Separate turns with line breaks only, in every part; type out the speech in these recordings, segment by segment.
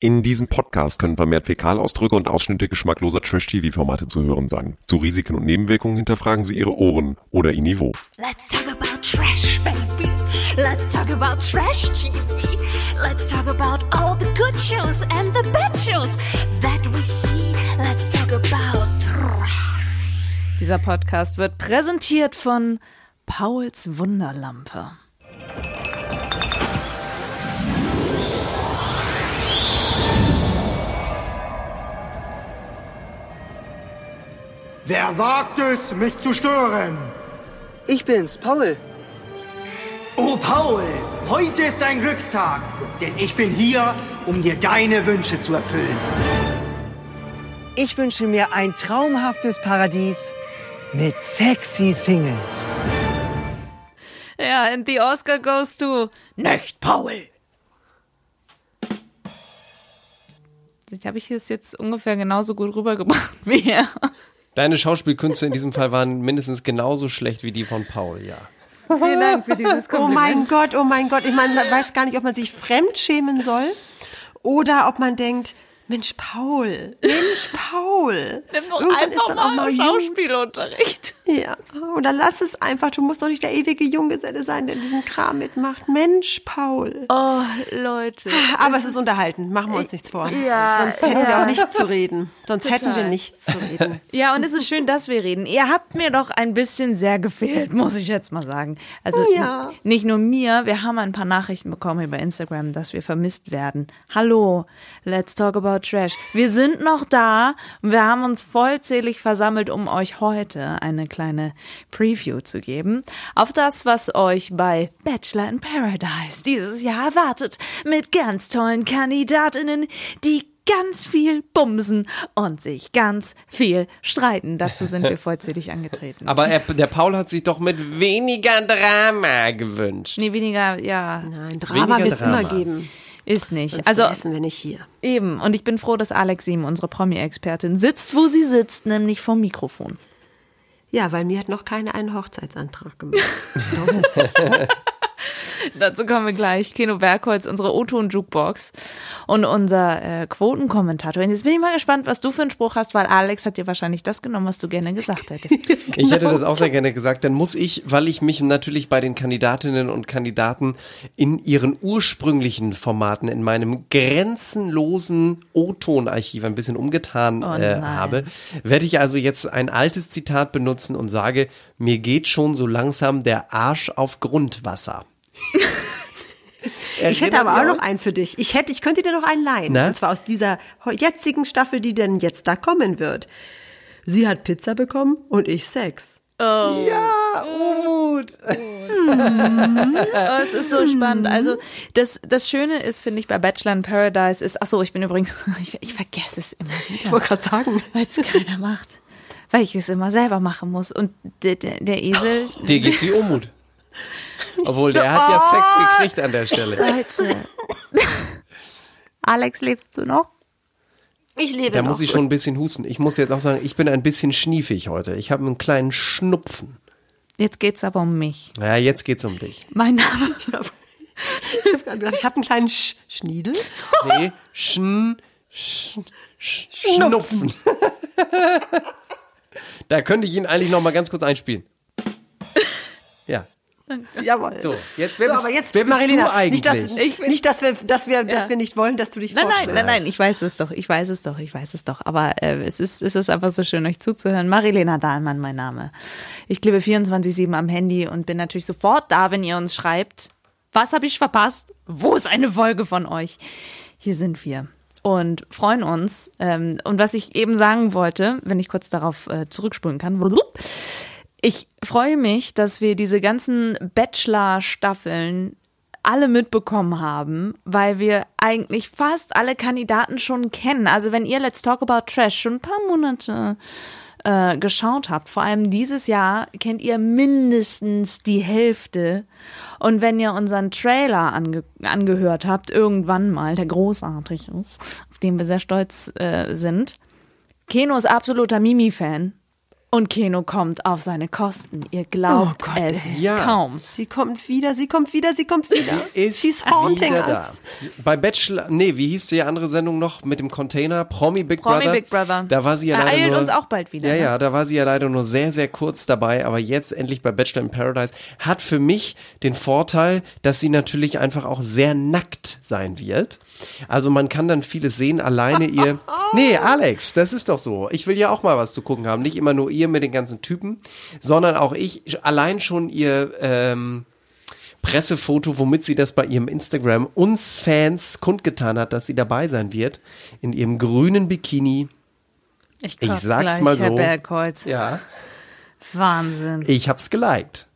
In diesem Podcast können vermehrt Fäkalausdrücke und Ausschnitte geschmackloser Trash-TV-Formate zu hören sein. Zu Risiken und Nebenwirkungen hinterfragen Sie Ihre Ohren oder Ihr Niveau.
Let's talk about trash, baby. Let's talk about trash TV. Let's talk about all the good shows and the bad shows that we see. Let's talk about trash.
Dieser Podcast wird präsentiert von Pauls Wunderlampe.
Wer wagt es, mich zu stören?
Ich bin's, Paul.
Oh Paul, heute ist dein Glückstag, denn ich bin hier, um dir deine Wünsche zu erfüllen.
Ich wünsche mir ein traumhaftes Paradies mit sexy Singles.
Ja, and the Oscar goes to
Nicht Paul.
Habe ich es jetzt ungefähr genauso gut rübergebracht wie er?
Deine Schauspielkünste in diesem Fall waren mindestens genauso schlecht wie die von Paul, ja.
Vielen Dank für dieses
Oh mein
Kompliment.
Gott, oh mein Gott. Ich meine, man weiß gar nicht, ob man sich fremdschämen soll oder ob man denkt, Mensch, Paul, Mensch, Paul. Irgendwann ist dann auch mal jung.
Schauspielunterricht.
Ja. Oder lass es einfach. Du musst doch nicht der ewige Junggeselle sein, der diesen Kram mitmacht. Mensch, Paul. Ah,
Oh, Leute.
Aber es ist unterhaltend. Machen wir uns nichts vor.
Ja,
Sonst hätten
ja.
wir auch nichts zu reden. Sonst hätten wir nichts zu reden.
Ja, und es ist schön, dass wir reden. Ihr habt mir doch ein bisschen sehr gefehlt, muss ich jetzt mal sagen. Also
Ja.
n- nicht nur mir, wir haben ein paar Nachrichten bekommen über Instagram, dass wir vermisst werden. Hallo, let's talk about trash. Wir sind noch da und wir haben uns vollzählig versammelt, um euch heute eine kleine Preview zu geben auf das, was euch bei Bachelor in Paradise dieses Jahr erwartet. Mit ganz tollen Kandidatinnen, die ganz viel bumsen und sich ganz viel streiten. Dazu sind wir vollzählig angetreten.
Aber er, der Paul hat sich doch mit weniger Drama gewünscht.
Nee, weniger, ja,
Nein, Drama wird es
Drama.
immer geben.
ist nicht.
Also
Also
essen wir nicht hier.
eben, und ich bin froh, dass Alex Sim, unsere Promi-Expertin, sitzt, wo sie sitzt, nämlich vom Mikrofon.
Ja, weil mir hat noch keiner einen Hochzeitsantrag gemacht.
Dazu kommen wir gleich. Keno Bergholz, unsere O-Ton-Jukebox und unser äh, Quotenkommentator. Und jetzt bin ich mal gespannt, was du für einen Spruch hast, weil Alex hat dir wahrscheinlich das genommen, was du gerne gesagt hättest.
Ich hätte
Genau.
das auch sehr gerne gesagt. Dann muss ich, weil ich mich natürlich bei den Kandidatinnen und Kandidaten in ihren ursprünglichen Formaten, in meinem grenzenlosen O-Ton-Archiv ein bisschen umgetan
Oh
äh,
nein.
habe, werde ich also jetzt ein altes Zitat benutzen und sage, mir geht schon so langsam der Arsch auf Grundwasser.
Ich hätte
Erinnert
aber auch
ihr euch?
noch einen für dich. Ich hätte, ich könnte dir noch einen leihen.
Na?
Und zwar aus dieser heu- jetzigen Staffel, die denn jetzt da kommen wird. Sie hat Pizza bekommen und ich Sex.
Ja, Umut.
Oh, es ist so spannend. Also das, das Schöne ist, finde ich, bei Bachelor in Paradise ist, ach so, ich bin übrigens, ich, ich vergesse es immer wieder.
gerade sagen.
weil es keiner macht. Weil ich es immer selber machen muss. Und der, der, der Esel.
Dir geht's wie Umut. Obwohl, der hat
Oh.
ja Sex gekriegt an der Stelle.
Leute. Alex, lebst du noch?
Ich lebe
Da
noch.
muss ich schon ein bisschen husten. Ich muss jetzt auch sagen, ich bin ein bisschen schniefig heute. Ich habe einen kleinen Schnupfen.
Jetzt geht's aber um mich.
Ja, jetzt geht's um dich.
Mein Name.
ich habe gedacht, ich habe einen kleinen Sch Schniedel.
Nee, schn, schn, sch, Schnupfen. da könnte ich ihn eigentlich noch mal ganz kurz einspielen. Ja.
Jawohl.
So, jetzt, wer bist,
aber jetzt,
wer bist
Marilena,
du eigentlich?
nicht, dass, nicht, dass wir, dass wir, dass wir nicht wollen, dass du dich
Nein, nein,
vorstellst.
nein, nein, ich weiß es doch, ich weiß es doch, ich weiß es doch. Aber äh, es, ist, es ist einfach so schön, euch zuzuhören. Marilena Dahlmann, mein Name. Ich klebe 24-7 am Handy und bin natürlich sofort da, wenn ihr uns schreibt. Was habe ich verpasst? Wo ist eine Folge von euch? Hier sind wir und freuen uns. Ähm, und was ich eben sagen wollte, wenn ich kurz darauf äh, zurückspulen kann. Blub. Ich freue mich, dass wir diese ganzen Bachelor-Staffeln alle mitbekommen haben, weil wir eigentlich fast alle Kandidaten schon kennen. Also wenn ihr Let's Talk About Trash schon ein paar Monate äh, geschaut habt, vor allem dieses Jahr, kennt ihr mindestens die Hälfte. Und wenn ihr unseren Trailer ange angehört habt, irgendwann mal, der großartig ist, auf den wir sehr stolz äh, sind, Keno ist absoluter Mimi-Fan. Und Keno kommt auf seine Kosten. Ihr glaubt
Oh Gott,
es
ey. Ja.
kaum.
Sie kommt wieder, sie kommt wieder, sie kommt wieder. She's haunting
wieder
us.
da. Bei Bachelor, nee, wie hieß die andere Sendung noch mit dem Container? Promi Big
Promi
Brother.
Big Brother.
Da war sie ja
Ereilt
leider nur,
uns auch bald wieder,
Ja,
ne?
ja, da war sie ja leider nur sehr, sehr kurz dabei. Aber jetzt endlich bei Bachelor in Paradise hat für mich den Vorteil, dass sie natürlich einfach auch sehr nackt sein wird. Also man kann dann vieles sehen, alleine ihr. Nee, Alex, das ist doch so. Ich will ja auch mal was zu gucken haben. Nicht immer nur ihr mit den ganzen Typen, sondern auch ich. Allein schon ihr, ähm, Pressefoto, womit sie das bei ihrem Instagram uns Fans kundgetan hat, dass sie dabei sein wird. In ihrem grünen Bikini.
Ich,
Ich
kotz
sag's
gleich,
mal
Herr
so.
Bergholz.
Ja.
Wahnsinn.
Ich hab's geliked.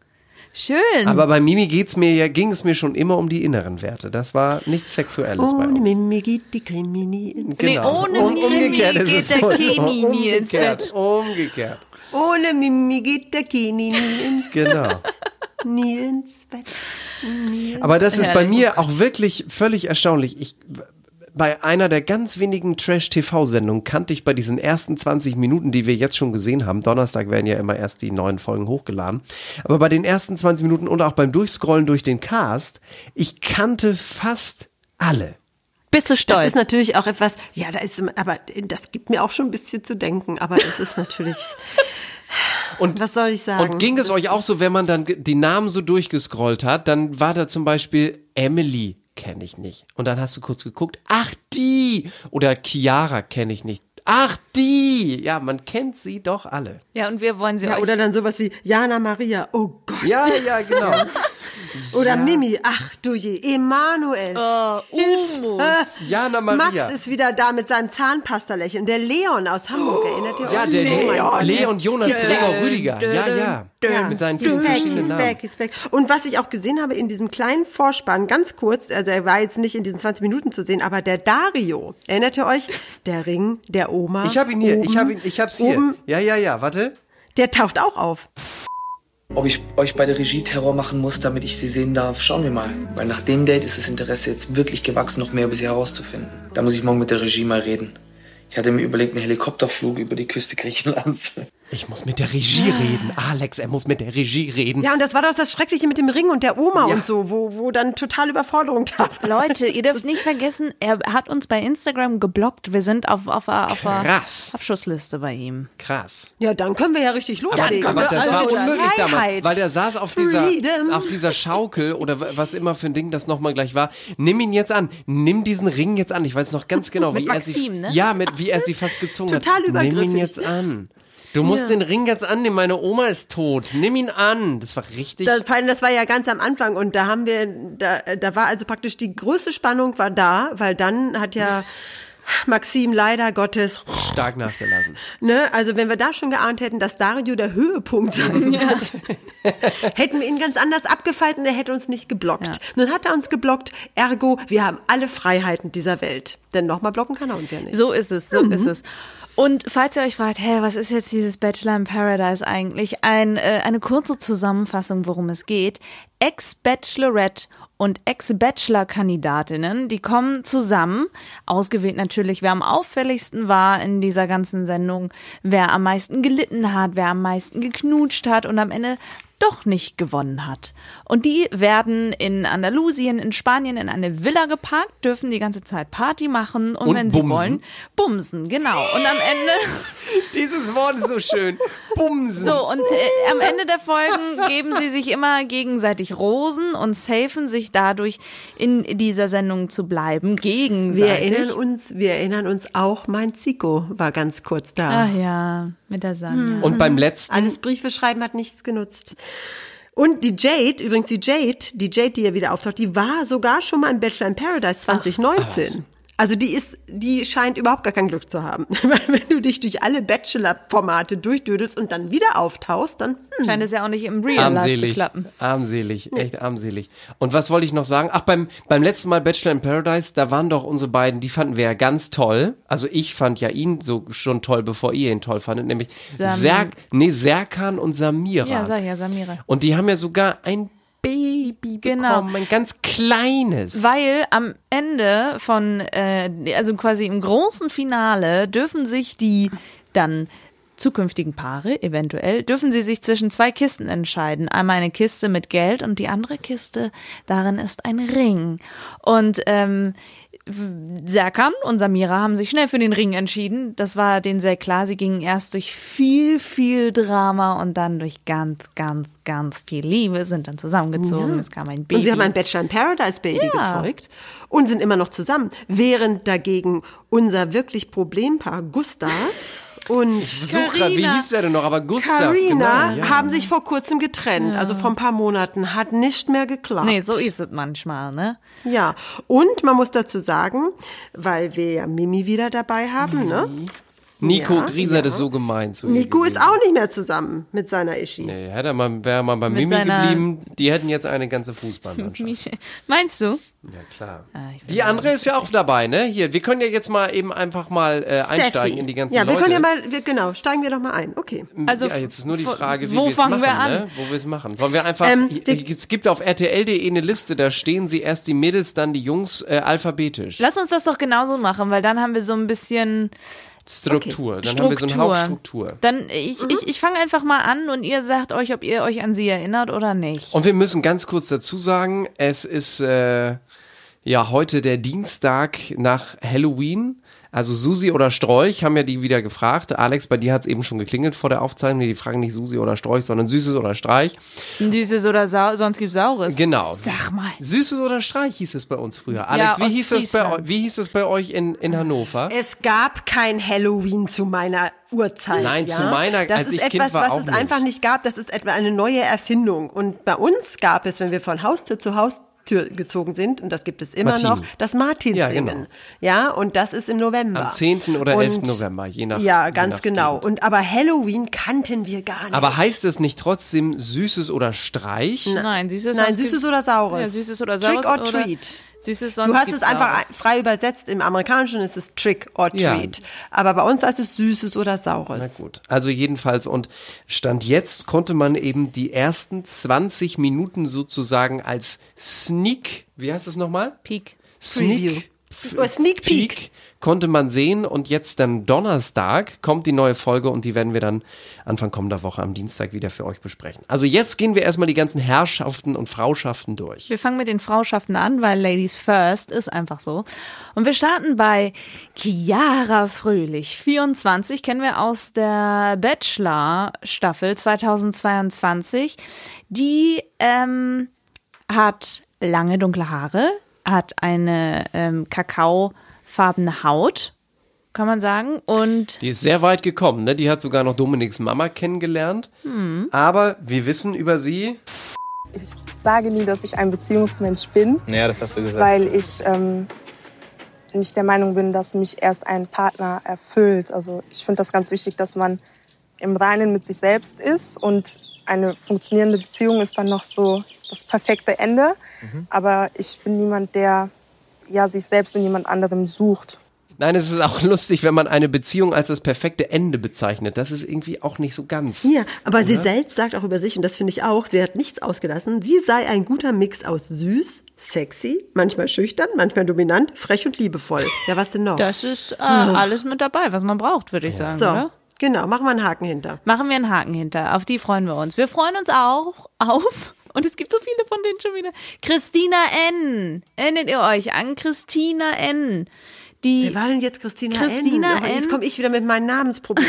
Schön.
Aber bei Mimi geht's mir ja, ging es mir schon immer um die inneren Werte. Das war nichts Sexuelles bei
Ohne
uns.
Mimi geht die Krimini ins
Genau.
ohne
Und
Mimi
umgekehrt ist
geht
es
der
wohl-
Keni nie ins
umgekehrt, Umgekehrt.
Ohne Mimi geht der Kini nie ins,
Genau.
nie ins Bett.
Aber das ist bei
Herrlich.
mir auch wirklich völlig erstaunlich. Ich, bei einer der ganz wenigen Trash-TV-Sendungen kannte ich bei diesen ersten 20 Minuten, die wir jetzt schon gesehen haben, Donnerstag werden ja immer erst die neuen Folgen hochgeladen, aber bei den ersten 20 Minuten und auch beim Durchscrollen durch den Cast, ich kannte fast alle.
Bist du
Das
stolz?
ist natürlich auch etwas, ja, da ist, aber das gibt mir auch schon ein bisschen zu denken, aber es ist natürlich,
Und
was soll ich sagen?
Und ging es euch auch so, wenn man dann die Namen so durchgescrollt hat, dann war da zum Beispiel Emily, kenne ich nicht. Und dann hast du kurz geguckt, ach die! Oder Chiara kenne ich nicht. Ach die! Ja, man kennt sie doch alle.
ja, und wir wollen sie
Ja,
euch.
oder dann sowas wie Jana Maria, oh Gott.
Ja, ja, genau.
Oder Mimi, ach du je, Emanuel.
Umu.
Oh, Jana Maria.
Max ist wieder da mit seinem Zahnpasta-Lächeln. Der Leon aus Hamburg, erinnert ihr euch?
ja, der
Oh mein
Leon,
Gott.
Leon Jonas
Dö,
Gregor Rüdiger. Ja, ja.
Ja.
Mit seinen
he's
vielen
back,
verschiedenen
he's
Namen.
back, he's back. Und was ich auch gesehen habe in diesem kleinen Vorspann, ganz kurz, also er war jetzt nicht in diesen 20 Minuten zu sehen, aber der Dario, erinnert ihr euch? Der Ring der Oma.
Ich habe ihn hier, ich
oben.
habe ihn, ich hab's hier.
Oben.
Ja, ja, ja, warte.
Der taucht auch auf.
Ob ich euch bei der Regie Terror machen muss, damit ich sie sehen darf, schauen wir mal. Weil nach dem Date ist das Interesse jetzt wirklich gewachsen, noch mehr über sie herauszufinden. Da muss ich morgen mit der Regie mal reden. Ich hatte mir überlegt, einen Helikopterflug über die Küste Griechenlands.
Ich muss mit der Regie reden. Alex, er muss mit der Regie reden.
Ja, und das war doch das Schreckliche mit dem Ring und der Oma
Ja.
und so, wo, wo dann total Überforderung da war.
Leute, ihr dürft nicht vergessen, er hat uns bei Instagram geblockt. Wir sind auf auf auf, auf
Krass.
Abschussliste bei ihm.
Krass.
Ja, dann können wir ja richtig loslegen.
Aber das
Also
war
mit
unmöglich damals,
Freiheit.
weil der saß auf dieser,
Freedom.
auf dieser Schaukel oder wa- was immer für ein Ding das nochmal gleich war. Nimm ihn jetzt an, nimm diesen Ring jetzt an. Ich weiß noch ganz genau,
Mit
wie er sie,
Maxim, ne?
ja, mit, wie er sie fast gezogen hat.
Total
Nimm ihn
übergriffig.
jetzt an. Du musst den Ring jetzt annehmen, meine Oma ist tot. Nimm ihn an. Das war richtig.
Da, vor allem, das war ja ganz am Anfang und da haben wir, da, da war also praktisch die größte Spannung war da, weil dann hat ja Maxim leider Gottes,
stark nachgelassen.
ne, also wenn wir da schon geahnt hätten, dass Dario der Höhepunkt sein wird, hätten wir ihn ganz anders abgefeilt und er hätte uns nicht geblockt. Nun hat er uns geblockt, ergo, wir haben alle Freiheiten dieser Welt. Denn nochmal blocken kann er uns ja nicht.
So ist es, so ist es. Und falls ihr euch fragt, hey, was ist jetzt dieses Bachelor in Paradise eigentlich? Ein, äh, eine kurze Zusammenfassung, worum es geht. Ex-Bachelorette und Ex-Bachelor-Kandidatinnen, die kommen zusammen, ausgewählt natürlich, wer am auffälligsten war in dieser ganzen Sendung, wer am meisten gelitten hat, wer am meisten geknutscht hat und am Ende doch nicht gewonnen hat. Und die werden in Andalusien, in Spanien in eine Villa geparkt, dürfen die ganze Zeit Party machen und,
Und
wenn sie
bumsen.
wollen, bumsen, genau. Und am Ende,
Dieses Wort ist so schön. Bumsen.
so, und äh, am Ende der Folgen geben sie sich immer gegenseitig Rosen und safen sich dadurch in dieser Sendung zu bleiben,
Wir
gegenseitig.
erinnern uns, wir erinnern uns auch, mein Zico war ganz kurz da.
Ach ja, mit der Sanja.
Und beim letzten,
Mhm.
Alles Briefe schreiben hat nichts genutzt. Und die Jade, übrigens die Jade, die Jade, die ja wieder auftaucht, die war sogar schon mal im Bachelor in Paradise 2019. also die ist, die scheint überhaupt gar kein Glück zu haben. Weil wenn du dich durch alle Bachelor-Formate durchdödelst und dann wieder auftauchst, dann hm,
Scheint es ja auch nicht im Real Life zu
Armselig.
klappen.
Armselig, echt armselig. Und was wollte ich noch sagen? Ach, beim, beim letzten Mal Bachelor in Paradise, da waren doch unsere beiden, die fanden wir ja ganz toll. Also ich fand ja ihn so schon toll, bevor ihr ihn toll fandet, nämlich
Sam-
Serk, nee, Serkan und Samira.
Ja, sag ja, Samira.
Und die haben ja sogar ein Baby
Genau.
bekommen, ein ganz kleines.
Weil am Ende von, äh, also quasi im großen Finale, dürfen sich die dann zukünftigen Paare, eventuell, dürfen sie sich zwischen zwei Kisten entscheiden. Einmal eine Kiste mit Geld und die andere Kiste, darin ist ein Ring. Und ähm, Serkan und Samira haben sich schnell für den Ring entschieden. Das war denen sehr klar. Sie gingen erst durch viel, viel Drama und dann durch ganz, ganz, ganz viel Liebe, sind dann zusammengezogen. Es kam ein Baby.
Und sie haben ein Bachelor in Paradise Baby
Ja.
gezeugt und sind immer noch zusammen. Während dagegen unser wirklich Problempaar Gustav und
Such grad, wie
Carina.
hieß der denn noch? Aber Gustav.
Karina
genau, ja.
haben sich vor kurzem getrennt, also vor ein paar Monaten, hat nicht mehr geklappt.
Nee, so ist es manchmal, ne?
Ja, und man muss dazu sagen, weil wir ja Mimi wieder dabei haben, ne?
Nico
Ja,
Grieser hat es so gemeint. Zu ihr
Nico ist
gewesen.
auch nicht mehr zusammen mit seiner Ischi.
Nee, hätte er mal, wäre er mal bei Mimi
seiner-
geblieben, die hätten jetzt eine ganze Fußballmannschaft.
Mich- Meinst du?
ja, klar.
ich
Die andere ist ja auch dabei, ne? Hier, wir können ja jetzt mal eben einfach mal äh, einsteigen
Steffi.
in die ganzen
Ja, wir
Leute.
können ja mal, wir, genau, steigen wir doch mal ein. Okay.
Also,
ja, jetzt ist nur die
wo-
Frage, wie
wo
wir's
fangen
machen,
wir an?
Ne? Wo wir es machen. Wollen wir einfach,
Ähm,
hier-
wir-
hier- es gibt auf rtl.de E eine Liste, da stehen sie erst die Mädels, dann die Jungs äh, alphabetisch.
Lass uns das doch genauso machen, weil dann haben wir so ein bisschen
Struktur. Dann haben wir so
Struktur.
eine Hauptstruktur.
Dann
Mhm.
ich, ich, ich fange einfach mal an und ihr sagt euch, ob ihr euch an sie erinnert oder nicht.
Und wir müssen ganz kurz dazu sagen, es ist äh, ja heute der Dienstag nach Halloween. Also Susi oder Strolch haben ja die wieder gefragt. Alex, bei dir hat es eben schon geklingelt vor der Aufzeichnung. Die fragen nicht Susi oder Strolch, sondern Süßes oder Streich.
Süßes oder sau sonst gibt's Saures.
Genau.
Sag mal.
Süßes oder Streich hieß es bei uns früher. Alex, wie, hieß das bei, eu-
Ostfriesland.
wie hieß das bei euch in, in Hannover?
Äh,
Es gab kein Halloween zu meiner Uhrzeit.
Nein,
ja?
zu meiner-
Das
als
ist
ich Kind
etwas,
war,
was
auch
es
nicht.
einfach nicht gab. Das ist etwa eine neue Erfindung. Und bei uns gab es, wenn wir von Haustür zu Haustür gezogen sind, und das gibt es immer
Martin.
noch, das Martin
Ja,
singen.
genau.
Ja, und das ist im November.
Am 10. oder
Und-
11. November, je nach-
Ja,
je
ganz
nach
genau.
Gegend.
Und aber Halloween kannten wir gar nicht.
Aber heißt es nicht trotzdem Süßes oder Streich?
Nein, süßes,
Nein,
sonst
süßes
gibt's-
oder saures.
Ja, süßes oder
Trick
saures.
or
oder
treat.
Süßes, sonst
Du hast es
gibt's
einfach
Saures.
frei übersetzt. Im Amerikanischen ist es Trick or
Ja.
Treat. Aber bei uns heißt es Süßes oder Saures.
Na gut. Also jedenfalls und Stand jetzt konnte man eben die ersten 20 Minuten sozusagen als Sneak, wie heißt es nochmal?
Peak.
Preview.
Sneak.
Oder Sneak Peek.
konnte man sehen und jetzt dann Donnerstag kommt die neue Folge und die werden wir dann Anfang kommender Woche am Dienstag wieder für euch besprechen. Also jetzt gehen wir erstmal die ganzen Herrschaften und Frauschaften durch.
Wir fangen mit den Frauschaften an, weil Ladies First ist einfach so. Und wir starten bei Chiara Fröhlich, 24, kennen wir aus der Bachelor-Staffel 2022. Die ähm, hat lange dunkle Haare, hat eine ähm, kakaofarbene Haut, kann man sagen. Und
Die ist sehr weit gekommen, ne? Die hat sogar noch Dominiks Mama kennengelernt.
Hm.
Aber wir wissen über sie,
sage nie, dass ich ein Beziehungsmensch bin,
Ja, das hast du gesagt.
weil ich ähm, nicht der Meinung bin, dass mich erst ein Partner erfüllt. Also ich finde das ganz wichtig, dass man im Reinen mit sich selbst ist und eine funktionierende Beziehung ist dann noch so das perfekte Ende.
Mhm.
Aber ich bin niemand, der ja sich selbst in jemand anderem sucht.
Nein, es ist auch lustig, wenn man eine Beziehung als das perfekte Ende bezeichnet. Das ist irgendwie auch nicht so ganz.
Ja, aber sie selbst sagt auch über sich, und das finde ich auch, sie hat nichts ausgelassen, sie sei ein guter Mix aus süß, sexy, manchmal schüchtern, manchmal dominant, frech und liebevoll. Ja, was denn noch?
das ist äh, alles mit dabei, was man braucht, würde ich sagen.
so,
oder?
genau, machen wir einen Haken hinter.
machen wir einen Haken hinter. Auf die freuen wir uns. Wir freuen uns auch auf, und es gibt so viele von denen schon wieder, Christina N. Erinnert ihr euch an Christina N. Die
Wer war denn jetzt Christina,
Christina
N? Aber Jetzt
N.
komme ich wieder mit meinem Namensproblem.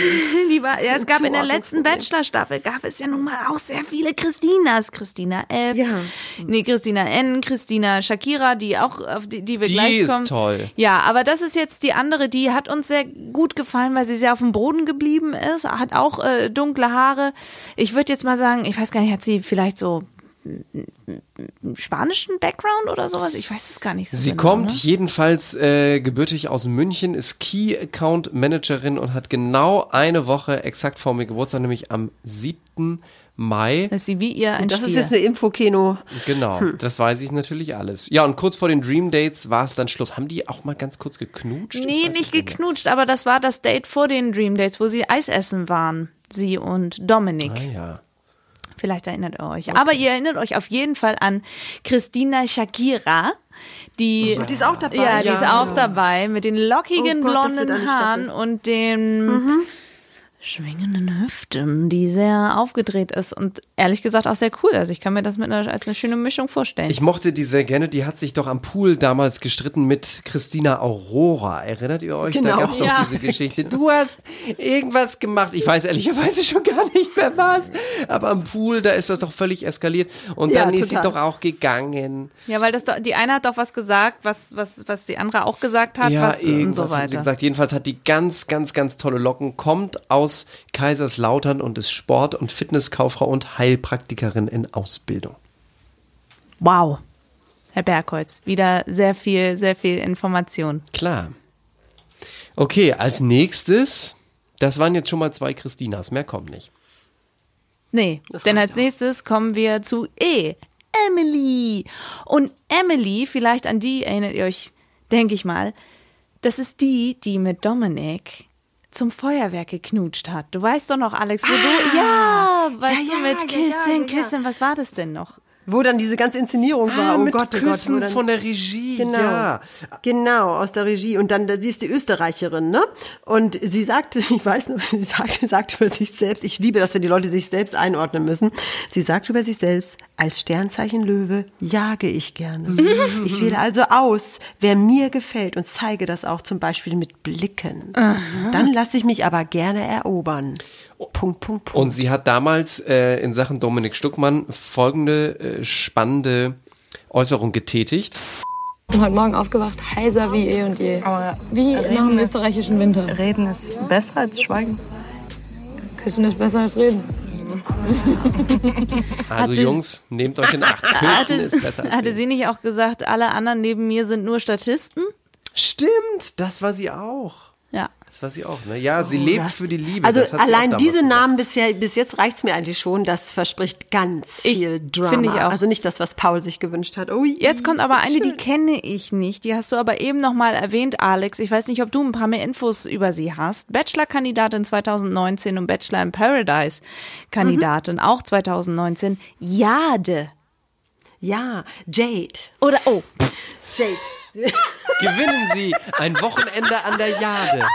Die war, ja, es gab in der
Zuordnungsproblem.
letzten Bachelor-Staffel, gab es ja nun mal auch sehr viele Christinas. Christina F.
Ja.
Nee, Christina N. Christina Shakira, die auch, auf die, die wir
Die
gleich
ist
kommen.
toll.
Ja, aber das ist jetzt die andere, die hat uns sehr gut gefallen, weil sie sehr auf dem Boden geblieben ist, hat auch äh, dunkle Haare. Ich würde jetzt mal sagen, ich weiß gar nicht, hat sie vielleicht so einen spanischen Background oder sowas? Ich weiß es gar nicht so
Sie
genau,
kommt
ne?
jedenfalls äh, gebürtig aus München, ist Key Account Managerin und hat genau eine Woche exakt vor mir Geburtstag, nämlich am 7. Mai.
Dass sie wie ihr ein
Das ist
Stier.
jetzt eine Infokeno.
Genau,
Hm.
das weiß ich natürlich alles. Ja, und kurz vor den Dream Dates war es dann Schluss. Haben die auch mal ganz kurz geknutscht? Ich
Nee,
weiß
nicht
es mehr.
geknutscht, aber das war das Date vor den Dream Dates, wo sie Eis essen waren. Sie und Dominik.
Ah, ja.
Vielleicht erinnert ihr euch. Aber ihr erinnert euch auf jeden Fall an Christina Shakira,
Oh
die.
Und die ist auch dabei.
Ja, die ist auch dabei mit den lockigen
Oh Gott, das wird
blonden
eine
Mhm.
Haaren und dem schwingenden Hüften, die sehr aufgedreht ist und ehrlich gesagt auch sehr cool. Also ich kann mir das mit einer, als eine schöne Mischung vorstellen.
Ich mochte die sehr gerne. Die hat sich doch am Pool damals gestritten mit Christina Aurora. Erinnert ihr euch? Da
Genau.
gab es doch
Ja.
diese Geschichte. Du hast irgendwas gemacht. Ich weiß ehrlicherweise schon gar nicht mehr was. Aber am Pool, da ist das doch völlig eskaliert. Und
Ja,
dann ist sie
total.
doch auch gegangen.
ja, weil das doch- die eine hat doch was gesagt, was, was, was die andere auch gesagt hat,
ja,
was und so
irgendwas haben sie
weiter.
gesagt. Jedenfalls hat die ganz, ganz, ganz tolle Locken, kommt aus Kaiserslautern und ist Sport- und Fitnesskauffrau und Heilpraktikerin in Ausbildung.
Wow. Herr Bergholz, wieder sehr viel, sehr viel Information.
Klar. Okay, als nächstes, das waren jetzt schon mal zwei Christinas, mehr kommt nicht.
Nee, denn als nächstes kommen wir zu E. Emily. Und Emily, vielleicht an die erinnert ihr euch, denke ich mal, das ist die, die mit Dominik zum Feuerwerk geknutscht hat. Du weißt doch noch, Alex, wo du. Ja, weißt
Ah, ja,
du, mit
ja, ja,
Küssen,
ja, ja.
Küssen, was war das denn noch?
Wo dann diese ganze Inszenierung war. Oh
Ah, mit
Gott, oh Gott, wo
Küssen
dann,
von der Regie.
Genau.
Ja.
Genau, aus der Regie. Und dann, die ist die Österreicherin, ne? Und sie sagte, ich weiß noch, sie sagte, sagt über sich selbst, ich liebe das, wenn die Leute sich selbst einordnen müssen. Sie sagt über sich selbst, als Sternzeichen Löwe jage ich gerne.
Mhm.
Ich wähle also aus, wer mir gefällt und zeige das auch zum Beispiel mit Blicken. Dann lasse ich mich aber gerne erobern. Punkt, Punkt, Punkt.
Und sie hat damals äh, in Sachen Dominik Stuckmann folgende äh, spannende Äußerung getätigt.
bin heute Morgen aufgewacht, heiser wie eh und je. wie nach dem österreichischen Winter.
Reden ist besser als Schweigen.
Küssen ist besser als reden.
Also
Hat es-
Jungs, nehmt euch in Acht. Küssen ist besser als
Hatte
reden.
sie nicht auch gesagt, alle anderen neben mir sind nur Statisten?
Stimmt, das war sie auch.
Ja.
Das war sie auch. Ne? Ja, sie lebt für die Liebe.
Also
das hat sie auch
allein
damals
diese
gesagt.
Namen bisher, bis jetzt reicht's mir eigentlich schon. Das verspricht ganz
Ich-
viel Drama.
finde ich auch.
Also nicht das, was Paul sich gewünscht hat. Oh,
Jetzt kommt
ist
aber
das
eine, die
schön.
kenne ich nicht. Die hast du aber eben nochmal erwähnt, Alex. Ich weiß nicht, ob du ein paar mehr Infos über sie hast. Bachelor-Kandidatin 2019 und Bachelor in
Mhm.
Paradise-Kandidatin auch 2019. Jade.
Ja, Jade.
Oder, oh,
Jade.
Gewinnen sie ein Wochenende an der Jade.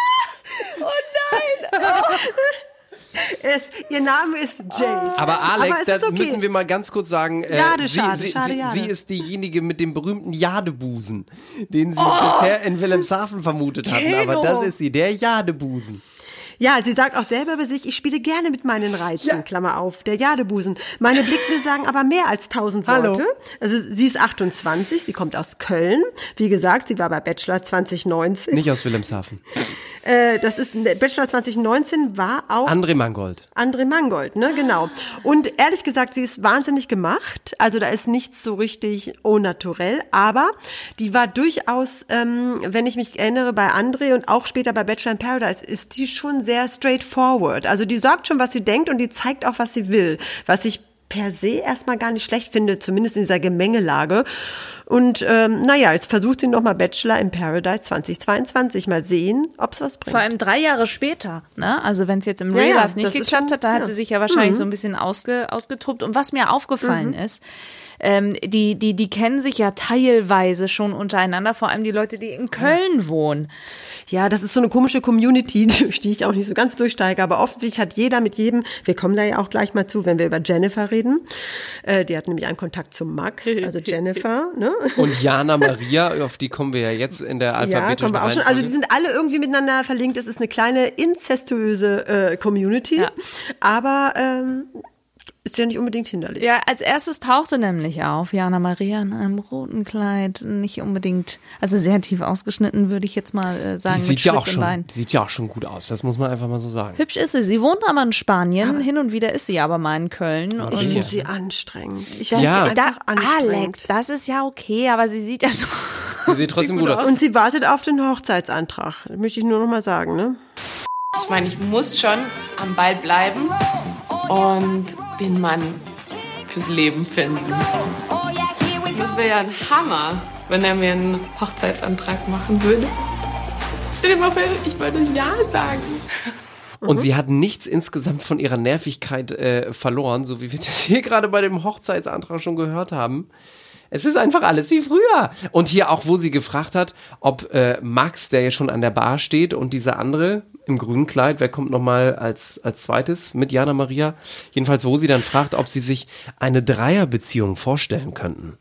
es, ihr Name ist Jade.
Aber Alex,
es
da
ist okay.
müssen wir mal ganz kurz sagen, äh,
Jade,
sie,
schade,
sie,
schade,
sie,
Jade.
sie ist diejenige mit dem berühmten Jadebusen, den sie
Oh!
bisher in Wilhelmshaven vermutet hatten. Aber das ist sie, der Jadebusen.
Ja, sie sagt auch selber über sich, ich spiele gerne mit meinen Reizen, Klammer auf, der Jadebusen. Meine Blicke sagen aber mehr als tausend Worte.
Hallo.
Also sie ist 28, sie kommt aus Köln. Wie gesagt, sie war bei Bachelor 2019.
Nicht aus Wilhelmshaven.
Äh, das ist, Bachelor 2019 war auch
André Mangold.
André Mangold, ne, genau. Und ehrlich gesagt, sie ist wahnsinnig gemacht. Also da ist nichts so richtig au naturel, aber die war durchaus, ähm, wenn ich mich erinnere, bei André und auch später bei Bachelor in Paradise, ist die schon sehr straightforward. Also die sagt schon, was sie denkt und die zeigt auch, was sie will. Was ich per se erstmal gar nicht schlecht finde, zumindest in dieser Gemengelage. Und ähm, naja, jetzt versucht sie nochmal Bachelor in Paradise 2022. Mal sehen, ob es was bringt.
vor allem drei Jahre später. Ne? Also wenn es jetzt im
Ja,
Real
ja,
Life nicht
das ist
geklappt
schon-
hat, da hat
ja. Mhm.
sie sich ja wahrscheinlich so ein bisschen ausge, ausgetobt. Und was mir aufgefallen ist, ähm, die, die, die kennen sich ja teilweise schon untereinander, vor allem die Leute, die in Köln wohnen.
Ja, das ist so eine komische Community, durch die ich auch nicht so ganz durchsteige. Aber offensichtlich hat jeder mit jedem, wir kommen da ja auch gleich mal zu, wenn wir über Jennifer reden. Äh, die hat nämlich einen Kontakt zu Max, also Jennifer. Ne?
Und Jana Maria, auf die kommen wir ja jetzt in der
Ja,
alphabetischen
kommen wir auch schon. Also die sind alle irgendwie miteinander verlinkt. Es ist eine kleine inzestuöse äh, Community.
Ja.
Aber ähm, ist ja nicht unbedingt hinderlich.
Ja, als erstes tauchte nämlich auf Jana Maria in einem roten Kleid, nicht unbedingt, also sehr tief ausgeschnitten, würde ich jetzt mal äh, sagen.
die
mit
sieht ja,
Schlitz
auch
im
schon,
Bein.
die sieht ja auch schon gut aus, das muss man einfach mal so sagen.
Hübsch ist sie. Sie wohnt aber in Spanien. Hin und wieder ist sie aber mal in Köln.
Ich
Und
finde sie anstrengend. Ich
das,
finde
Ja.
sie
da,
einfach anstrengend.
Alex, das ist ja okay, aber sie sieht ja schon.
Sie sieht trotzdem gut aus.
Und sie wartet auf den Hochzeitsantrag. Das möchte ich nur noch mal sagen, ne?
Ich meine, ich muss schon am Ball bleiben und den Mann fürs Leben finden.
Oh yeah, here we
Das
go.
wäre ja ein Hammer, wenn er mir einen Hochzeitsantrag machen würde. Stell dir mal vor, ich würde Ja sagen.
Mhm.
Und sie hat nichts insgesamt von ihrer Nervigkeit äh, verloren, so wie wir das hier gerade bei dem Hochzeitsantrag schon gehört haben. Es ist einfach alles wie früher. Und hier auch, wo sie gefragt hat, ob äh, Max, der ja schon an der Bar steht, und dieser andere im grünen Kleid, wer kommt nochmal als, als zweites mit Jana Maria? Jedenfalls, wo sie dann fragt, ob sie sich eine Dreierbeziehung vorstellen könnten.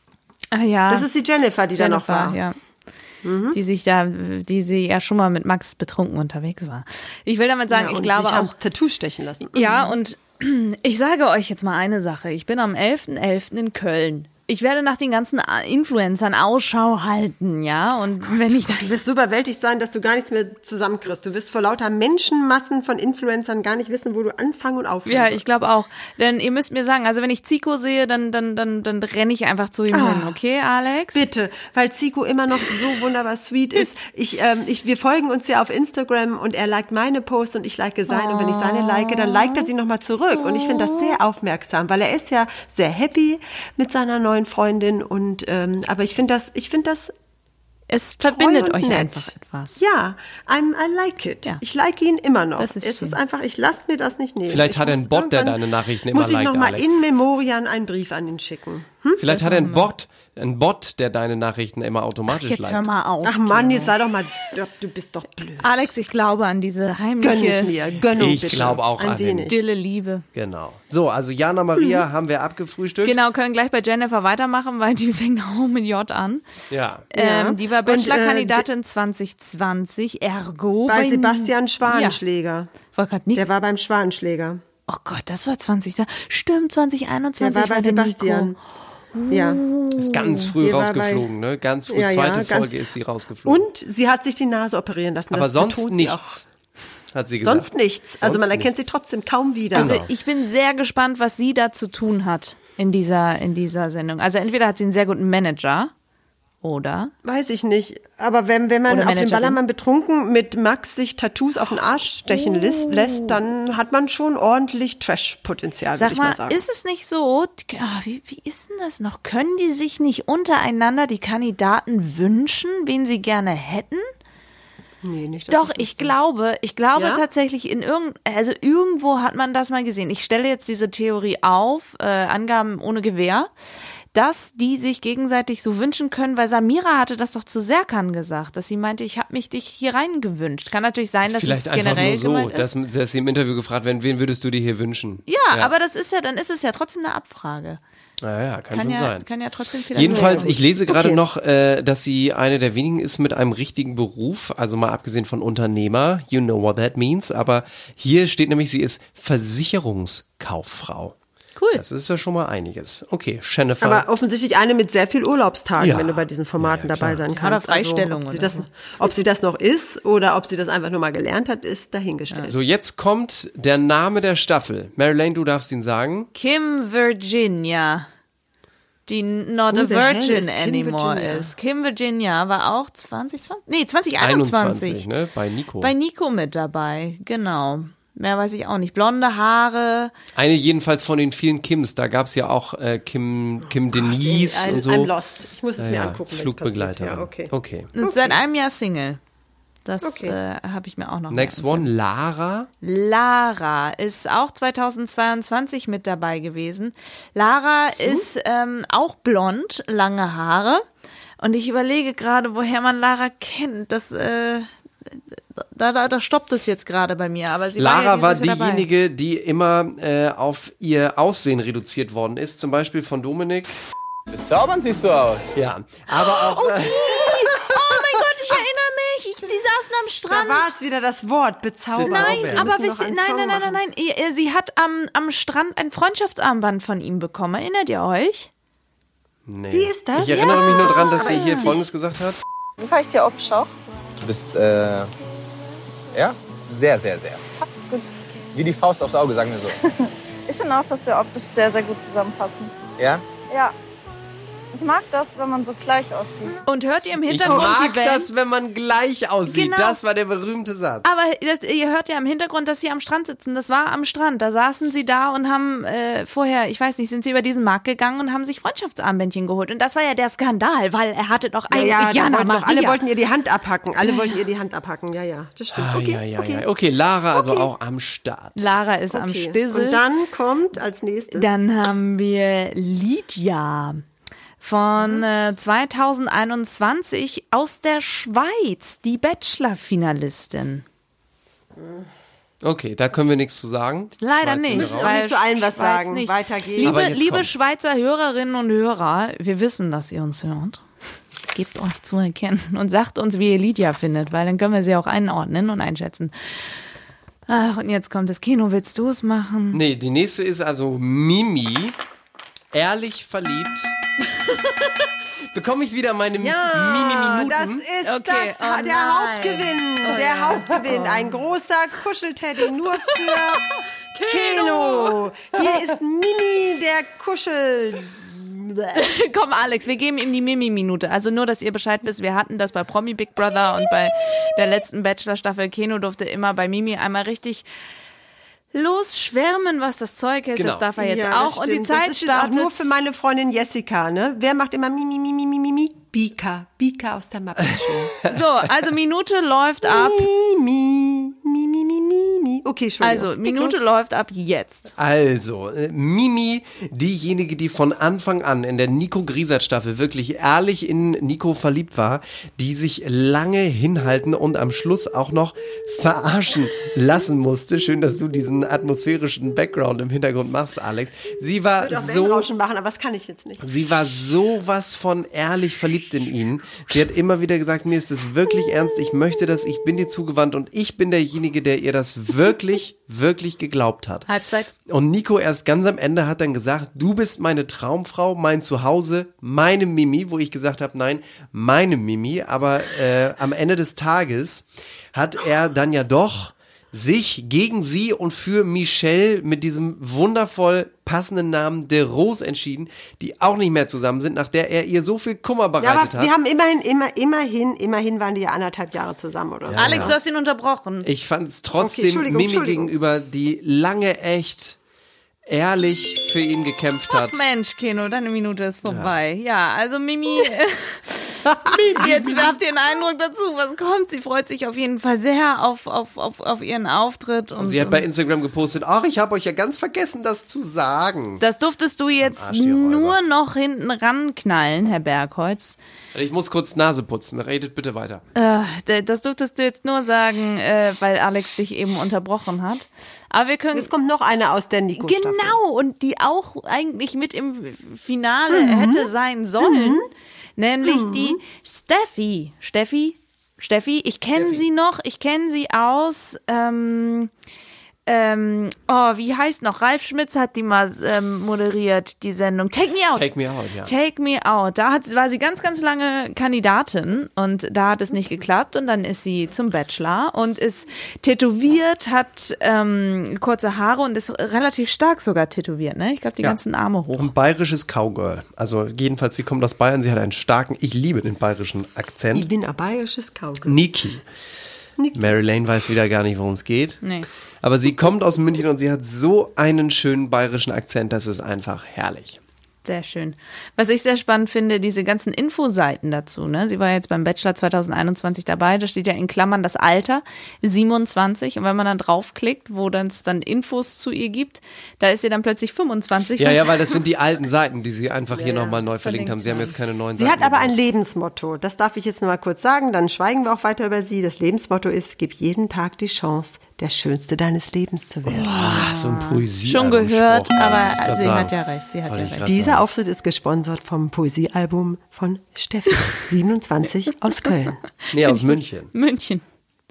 Ah ja.
Das ist die Jennifer, die da noch war.
Ja. Die sich da, die sie ja schon mal mit Max betrunken unterwegs war. Ich will damit sagen,
Ja,
ich
und
glaube
sich am
auch.
Tattoo stechen lassen.
Ja, und ich sage euch jetzt mal eine Sache. Ich bin am 11.11. in Köln. Ich werde nach den ganzen A- Influencern Ausschau halten, ja. Und wenn ich da.
Du wirst so überwältigt sein, dass du gar nichts mehr zusammenkriegst. Du wirst vor lauter Menschenmassen von Influencern gar nicht wissen, wo du anfangen und aufhören
Ja,
sollst.
ich glaube auch. Denn ihr müsst mir sagen, also wenn ich Zico sehe, dann, dann, dann, dann renne ich einfach zu ihm hin, okay, Alex?
Bitte, weil Zico immer noch so wunderbar sweet ist. Ich, ähm, ich, wir folgen uns ja auf Instagram und er liked meine Posts und ich like seine. Und wenn ich seine like, dann liked er sie nochmal zurück. Und ich finde das sehr aufmerksam, weil er ist ja sehr happy mit seiner neuen Freundin. Und ähm, aber ich finde das, ich finde das
Es verbindet
und
euch
nett.
einfach etwas.
ja, I'm, I like it. Ich like ihn immer noch.
Das ist
es
schön.
ist einfach, ich lasse mir das nicht nehmen.
Vielleicht
ich
hat er
muss
einen Bot, der
irgendwann-
deine Nachrichten immer
Muss ich
liked,
nochmal
Alex.
in Memorian einen Brief an ihn schicken. Hm?
Vielleicht hat er einen Bot, einen Bot, der deine Nachrichten immer automatisch
Jetzt
liked.
hör mal auf.
Ach Mann, jetzt sei doch mal, du bist doch blöd.
Alex, ich glaube an diese
Gönn es
heimliche,
mir, Gönnung
Ich
bitte.
glaube auch
ein
an den-
wenig.
stille Liebe.
Genau. So, also Jana Maria haben wir abgefrühstückt.
Mhm. Genau, können gleich bei Jennifer weitermachen, weil die fängt auch mit J an.
Ja.
Ja.
Ähm, die war
Und, äh,
Bachelorkandidatin 2020, ergo.
Bei Sebastian Schwanenschläger.
Ja, war grad nie,
Der war beim Schwanenschläger.
oh Gott, das war 20. Stimmt, 2021
Der war bei
der
Sebastian.
Nico.
Ja.
Ist ganz früh
Wir war
rausgeflogen, ne? Ganz früh.
Ja, ja,
Zweite
ganz-
Folge ist sie rausgeflogen.
Und sie hat sich die Nase operieren lassen.
Aber
das
sonst
betont sie
nichts, hat sie
auch.
gesagt.
Sonst nichts. Also
Sonst
man erkennt
nichts.
sie trotzdem kaum wieder.
Also ich bin sehr gespannt, was sie da zu tun hat in dieser, in dieser Sendung. Also entweder hat sie einen sehr guten Manager oder
Weiß ich nicht. Aber wenn, wenn man
Oder
auf dem
Managerin.
Ballermann betrunken mit Max sich Tattoos auf den Arsch stechen
Oh.
lässt, lässt dann hat man schon ordentlich Trash-Potenzial, würde
Sag
Also ich
mal,
mal sagen.
ist es nicht so, die- ah, wie, wie ist denn das noch? Können die sich nicht untereinander die Kandidaten wünschen, wen sie gerne hätten?
nee, nicht, dass
Doch, ich glaube, ich glaube
Ja?
tatsächlich in irgend, also irgendwo hat man das mal gesehen. Ich stelle jetzt diese Theorie auf, äh, Angaben ohne Gewähr, dass die sich gegenseitig so wünschen können, weil Samira hatte das doch zu Serkan gesagt, dass sie meinte, ich habe mich dich hier reingewünscht. Kann natürlich sein, dass
Vielleicht
es
einfach
generell
nur so,
gemeint ist.
dass, dass sie im Interview gefragt werden, wen würdest du dir hier wünschen?
ja, aber das ist ja, dann ist es ja trotzdem eine Abfrage.
Naja, kann,
Kann
schon
ja,
sein.
kann ja trotzdem vielleicht
Jedenfalls,
sein.
ich lese gerade
Okay.
noch, äh, dass sie eine der wenigen ist mit einem richtigen Beruf, also mal abgesehen von Unternehmer, you know what that means, aber hier steht nämlich, sie ist Versicherungskauffrau.
Cool.
Das ist ja schon mal einiges. Okay, Jennifer.
Aber offensichtlich eine mit sehr viel Urlaubstagen,
Ja.
wenn du bei diesen Formaten
Ja, ja,
dabei
klar.
sein
hat
kannst. Also,
auch Freistellung
ob, sie
oder
das,
so.
ob sie das noch ist oder ob sie das einfach nur mal gelernt hat, ist dahingestellt.
so, jetzt kommt der Name der Staffel. Marilyn, du darfst ihn sagen.
Kim Virginia, die not
Who
a
the hell is
virgin
Kim
anymore
Virginia?
ist. Kim Virginia war auch 2020, nee, 2021
21, ne? Bei Nico.
bei Nico mit dabei, genau. Mehr weiß ich auch nicht. Blonde Haare,
Eine jedenfalls von den vielen Kims. Da gab es ja auch äh, Kim, Kim Denise
I,
und so.
I'm lost. Ich muss es mir
Also- Ja,
angucken. wenn's
Flugbegleiter.
passiert. Ja, okay.
okay.
ist seit einem Jahr Single. Das
Okay.
äh, habe ich mir auch noch.
Next
merken
one, Lara.
Lara ist auch 2022 mit dabei gewesen. Lara
Hm?
ist ähm, auch blond, lange Haare. Und ich überlege gerade, woher man Lara kennt. Das, äh, da, da, da stoppt es jetzt gerade bei mir. Aber sie
Lara war
war, ja dieses Jahr dabei.
diejenige, die immer äh, auf ihr Aussehen reduziert worden ist, zum Beispiel von Dominik.
Zaubern siehst du aus.
Ja, aber auch. äh,
Oh mein Gott, ich erinnere mich. Ich, sie saßen am
Da
Strand.
war es wieder das Wort, bezaubern.
Nein,
Wir
aber
müssen
wisst
noch
ihr,
einen
nein,
Song
nein, nein, nein, nein. Ihr- ihr- Sie hat am, am Strand ein Freundschaftsarmband von ihm bekommen. Erinnert ihr euch?
nee.
Wie ist das?
Ich erinnere mich nur dran, dass sie hier Folgendes gesagt hat.
Vielleicht der Obschau.
Du bist, äh, ja, sehr, sehr, sehr. Wie die Faust aufs Auge, sagen wir so.
Ich finde auch, dass wir optisch sehr, sehr gut zusammenpassen.
Ja?
Ja. Ich mag das, wenn man so gleich aussieht.
Und hört ihr im
Ich
Hintergrund
mag
die Wellen?
das, wenn man gleich aussieht.
Genau.
Das war der berühmte Satz.
Aber das, ihr hört ja im Hintergrund, dass sie am Strand sitzen. Das war am Strand. Da saßen sie da und haben äh, vorher, ich weiß nicht, sind sie über diesen Markt gegangen und haben sich Freundschaftsarmbändchen geholt. Und das war ja der Skandal, weil er hatte doch
Ja,
ein
ja, da
Jana
wollten
Maria.
doch, alle wollten ihr die Hand abhacken. Alle wollten ihr die Hand abhacken. Ja, ja, das stimmt.
Ah,
Okay,
ja, ja,
okay.
ja. okay, Lara also auch am Start.
Lara ist am
okay.
Stissel.
Und dann kommt als nächstes.
Dann haben wir Lydia.
Mhm.
von äh, 2021 aus der Schweiz, die Bachelor-Finalistin.
Okay, da können wir nichts zu sagen.
Leider
Schmeißen wir
nicht.
raus.
nicht zu allen was
Schweiz
sagen.
Nicht.
Weiter geht's.
Aber
Liebe,
jetzt
liebe
kommt's.
Schweizer Hörerinnen und Hörer, wir wissen, dass ihr uns hört. Gebt euch zu erkennen und sagt uns, wie ihr Lydia findet, weil dann können wir sie auch einordnen und einschätzen. Ach, und jetzt kommt das Kino. Willst du es machen?
Nee, die nächste ist also Mimi. Ehrlich verliebt. Bekomme ich wieder meine
Ja,
Mimi-Minuten?
Ah, das ist
Okay,
das, ha-
oh
der
nein.
Hauptgewinn.
Oh
der
ja.
Hauptgewinn. Ein großer Kuschelteddy nur für Keno. Hier ist Mimi, der Kuschel.
Komm, Alex, wir geben ihm die Mimi-Minute. Also nur, dass ihr Bescheid wisst, wir hatten das bei Promi Big Brother und bei der letzten Bachelor-Staffel. Keno durfte immer bei Mimi einmal richtig losschwärmen, was das Zeug hält.
Genau.
Das darf er jetzt
Ja, das
auch. Und die
stimmt. Das
Zeit
ist jetzt
startet.
Auch nur für meine Freundin Jessica, ne? Wer macht immer Mimi, Mimi, Mimi, Mimi? Bika. Bika aus der Mappe.
so, also Minute läuft ab.
Mimi, Mimi, Mimi, Mimi. Okay, schon.
Also, Minute läuft ab jetzt.
Also, äh, Mimi, diejenige, die von Anfang an in der Nico Griesert Staffel wirklich ehrlich in Nico verliebt war, die sich lange hinhalten und am Schluss auch noch verarschen lassen musste. Schön, dass du diesen atmosphärischen Background im Hintergrund mauschst, Alex. Sie war
Ich
so
so Rauschen machen, aber das kann ich jetzt nicht.
Sie war sowas von ehrlich verliebt in ihn. Sie hat immer wieder gesagt, mir ist es wirklich ernst, ich möchte das, ich bin dir zugewandt und ich bin derjenige, der ihr das wirklich, wirklich geglaubt hat.
Halbzeit.
Und Nico erst ganz am Ende hat dann gesagt, du bist meine Traumfrau, mein Zuhause, meine Mimi, wo ich gesagt habe, nein, meine Mimi. Aber äh, am Ende des Tages hat er dann ja doch sich gegen sie und für Michelle mit diesem wundervoll passenden Namen De Rose entschieden, die auch nicht mehr zusammen sind, nach der er ihr so viel Kummer
Ja,
bereitet
aber
hat.
wir haben immerhin, immer, immerhin, immerhin waren die ja anderthalb Jahre zusammen oder so.
Ja. Alex, du
hast ihn unterbrochen.
Ich fand es
Okay,
trotzdem
Entschuldigung,
Mimi
Entschuldigung.
gegenüber, die lange echt ehrlich für ihn gekämpft hat.
Mensch, Keno, deine Minute ist vorbei. Ja, also Mimi, jetzt habt ihr einen Eindruck dazu, was kommt. Sie freut sich auf jeden Fall sehr auf, auf, auf, auf ihren Auftritt. Und,
Und sie hat bei Instagram gepostet, ach, ich habe euch ja ganz vergessen, das zu sagen.
Das durftest du jetzt
Arsch, die Räuber.
nur noch hinten ranknallen, Herr Bergholz.
Also Ich muss kurz Nase putzen, redet bitte weiter.
Äh, d- das durftest du jetzt nur sagen, äh, weil Alex dich eben unterbrochen hat. Aber wir können.
Jetzt kommt noch eine aus der Nico.
Genau, und die auch eigentlich mit im Finale hätte sein sollen, nämlich die Steffi. Steffi, Steffi, ich kenne sie noch, ich kenne sie aus. Ähm, ähm, oh, wie heißt noch? Ralf Schmitz hat die mal ähm, moderiert, die Sendung. Take me out.
Take me out, ja.
Take Me Out. Da hat, war sie ganz, ganz lange Kandidatin und da hat es nicht geklappt und dann ist sie zum Bachelor und ist tätowiert, hat ähm, kurze Haare und ist relativ stark sogar tätowiert. Ne? Ich glaube, die
Ja.
ganzen Arme hoch.
Ein bayerisches Cowgirl. Also jedenfalls, sie kommt aus Bayern, sie hat einen starken, ich liebe den bayerischen
Ich
Akzent.
bin ein bayerisches Kaugummi.
Niki.
Niki.
Mary Lane weiß wieder gar nicht, worum es geht.
Nee.
Aber sie kommt aus München und sie hat so einen schönen bayerischen Akzent, das ist einfach herrlich.
Sehr schön. Was ich sehr spannend finde, diese ganzen Infoseiten dazu. Ne? Sie war jetzt beim Bachelor 2021 dabei. Da steht ja in Klammern das Alter 27. Und wenn man dann draufklickt, wo dann es dann Infos zu ihr gibt, da ist sie dann plötzlich 25.
ja,
was-
ja, weil das sind die alten Seiten, die sie einfach hier nochmal neu verlinkt haben. Sie haben jetzt keine neuen
Sie
Seiten.
hat aber ein Lebensmotto. Das darf ich jetzt noch mal kurz sagen. Dann schweigen wir auch weiter über sie. Das Lebensmotto ist: Gib jeden Tag die Chance, der Schönste deines Lebens zu
Oh,
werden.
Ach, Ah, so ein Poesie.
Schon gehört, aber sie hat ja recht, sie hat ja recht.
Dieser Auftritt ist gesponsert vom Poesiealbum von Steffi 27 aus Köln.
Nee, aus München.
München.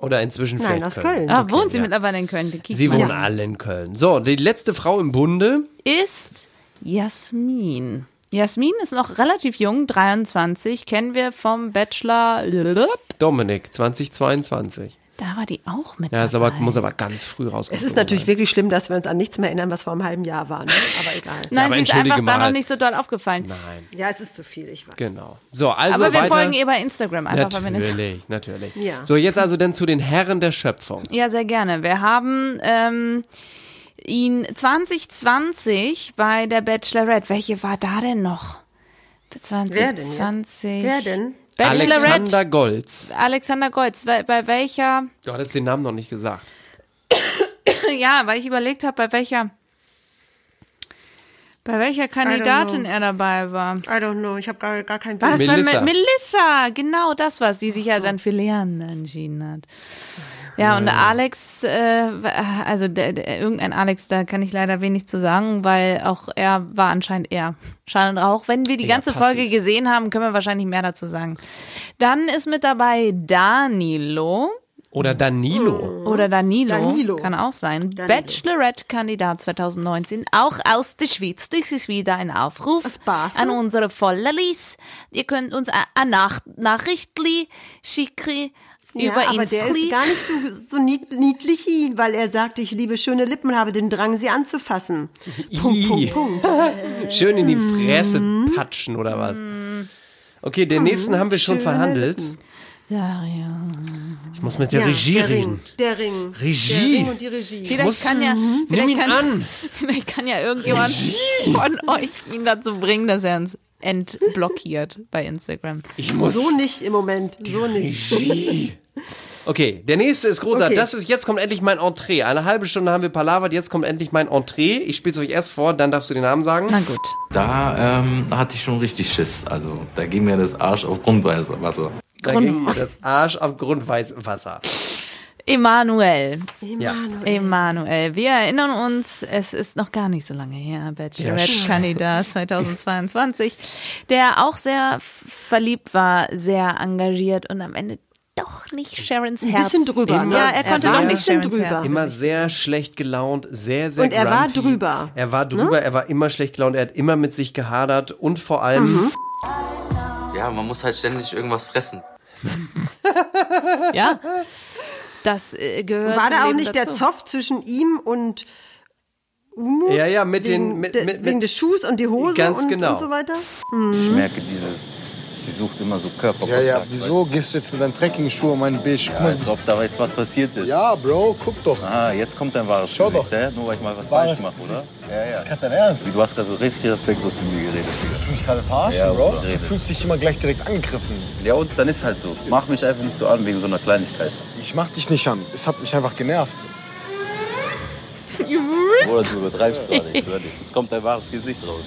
Oder inzwischen
Nein,
vielleicht
aus Köln.
Ah, wohnt sie
Oh, ja.
mittlerweile in Köln? Die Kiek
Sie
mal.
wohnen alle in Köln. So, die letzte Frau im Bunde.
Ist Jasmin. Jasmin ist noch relativ jung, 23, kennen wir vom Bachelor.
Dominik, 2022.
Da war die auch mit
Ja, ist aber,
dabei.
muss aber ganz früh rauskommen.
Es ist natürlich wirklich schlimm, dass wir uns an nichts mehr erinnern, was vor einem halben Jahr war. Ne? Aber egal.
Nein,
aber
sie ist
entschuldige
einfach da
mal.
noch nicht so doll aufgefallen.
Nein,
Ja, es ist zu viel, ich weiß.
genau. So, also
aber wir
weiter.
folgen ihr bei Instagram einfach, weil wir nicht.
Natürlich, natürlich.
Ja.
So, jetzt also dann zu den Herren der Schöpfung.
Ja, sehr gerne. Wir haben ähm, ihn 2020 bei der Bachelorette. Welche war da denn noch? 2020.
Wer denn jetzt? Wer denn?
Bachelorette.
Alexander Golz.
Alexander Golz, bei, bei welcher,
Du hattest den Namen noch nicht gesagt.
ja, weil ich überlegt habe, bei welcher, Bei welcher Kandidatin
know.
er dabei war? I
don't know, ich habe gar, gar kein
Was? Bei
Melissa.
Me- Melissa, genau das war's, die sich ja dann für Leon entschieden hat. Ja, und Alex, äh, also der, der, irgendein Alex, da kann ich leider wenig zu sagen, weil auch er war anscheinend eher Schall und Rauch. Wenn wir die
Eher
ganze
passiv.
Folge gesehen haben, können wir wahrscheinlich mehr dazu sagen. Dann ist mit dabei Danilo.
Oder
Mhm.
Danilo.
Oder Danilo.
Danilo.
Kann auch sein. Bachelorette-Kandidat 2019, auch aus der Schweiz. Das ist wieder ein Aufruf an unsere Followerlis. Ihr könnt uns a- a Nach Nachrichtli schicken
Ja,
über
aber der
Instli.
ist gar nicht so, so nied- niedlich, ihn, weil er sagt, ich liebe schöne Lippen und habe den Drang, sie anzufassen. Punkt, Punkt, Punkt.
Schön in die Fresse
Mhm.
patschen oder was? Okay, den nächsten haben wir schon
Schöne
verhandelt.
Lippen.
Dario.
Ich muss mit der
Ja,
Regie
der
reden.
Ring, der Ring.
Regie.
Der Ring und die Regie.
Vielleicht kann ja,
Mhm.
vielleicht kann, vielleicht kann ja irgendjemand von euch ihn dazu bringen, dass er uns entblockiert bei Instagram.
Ich muss-
So nicht im Moment. So nicht.
Okay, der nächste ist großartig.
Okay.
Das ist, jetzt kommt endlich mein Entree. Eine halbe Stunde haben wir palavert, jetzt kommt endlich mein Entree. Ich spiel's euch erst vor, dann darfst du den Namen sagen.
Na gut.
Da, ähm, da hatte ich schon richtig Schiss. Also da ging mir das Arsch auf Grundwasser.
Da ging mir das Arsch auf Grundwasser.
Emanuel.
Ja.
Emanuel. Wir erinnern uns, es ist noch gar nicht so lange her, Bachelorette-Kandidat 2022, der auch sehr f- verliebt war, sehr engagiert und am Ende doch nicht Sharons
Ein
Herz.
bisschen drüber, ne?
Ja, er
Er
konnte
war
doch
ein
nicht
bisschen
Sharons Herz.
Immer sehr schlecht gelaunt, sehr, sehr
Und er war
grumpy.
drüber. Ne?
Er war drüber, er war immer schlecht gelaunt, er hat immer mit sich gehadert und vor allem.
Mhm.
Ja, man muss halt ständig irgendwas fressen.
Ja. Das äh, gehört
War
zum
da auch
Leben
nicht
dazu.
der Zoff zwischen ihm und Umut?
Ja, ja, mit
wegen,
den- mit-
der-
mit-
wegen
mit-
des Schuhs und die Hose
Ganz
und,
genau.
und so weiter?
Ich
Mhm.
merke dieses, sie sucht immer so Körper.
Ja, ja, wieso gehst du jetzt mit deinen Trekkingschuhen um einen Bisch?
Ja, als ob da jetzt was passiert ist. Ja, Bro, guck doch. Ah, jetzt kommt dein wahres Schau Gesicht, doch. Nur weil ich mal was falsch mache, oder? Ja, ja. Ist gerade dein Ernst? Du hast gerade so richtig respektlos mit mir geredet. Willst du mich gerade verarschen,
Ja, Bro? Du
fühlst dich immer gleich direkt angegriffen. Ja, und dann ist halt so. Mach mich einfach nicht so an wegen so einer Kleinigkeit. Ich mach dich nicht an. Es hat mich einfach genervt.
Oder du übertreibst gerade, ich höre dich. Es kommt dein wahres Gesicht raus.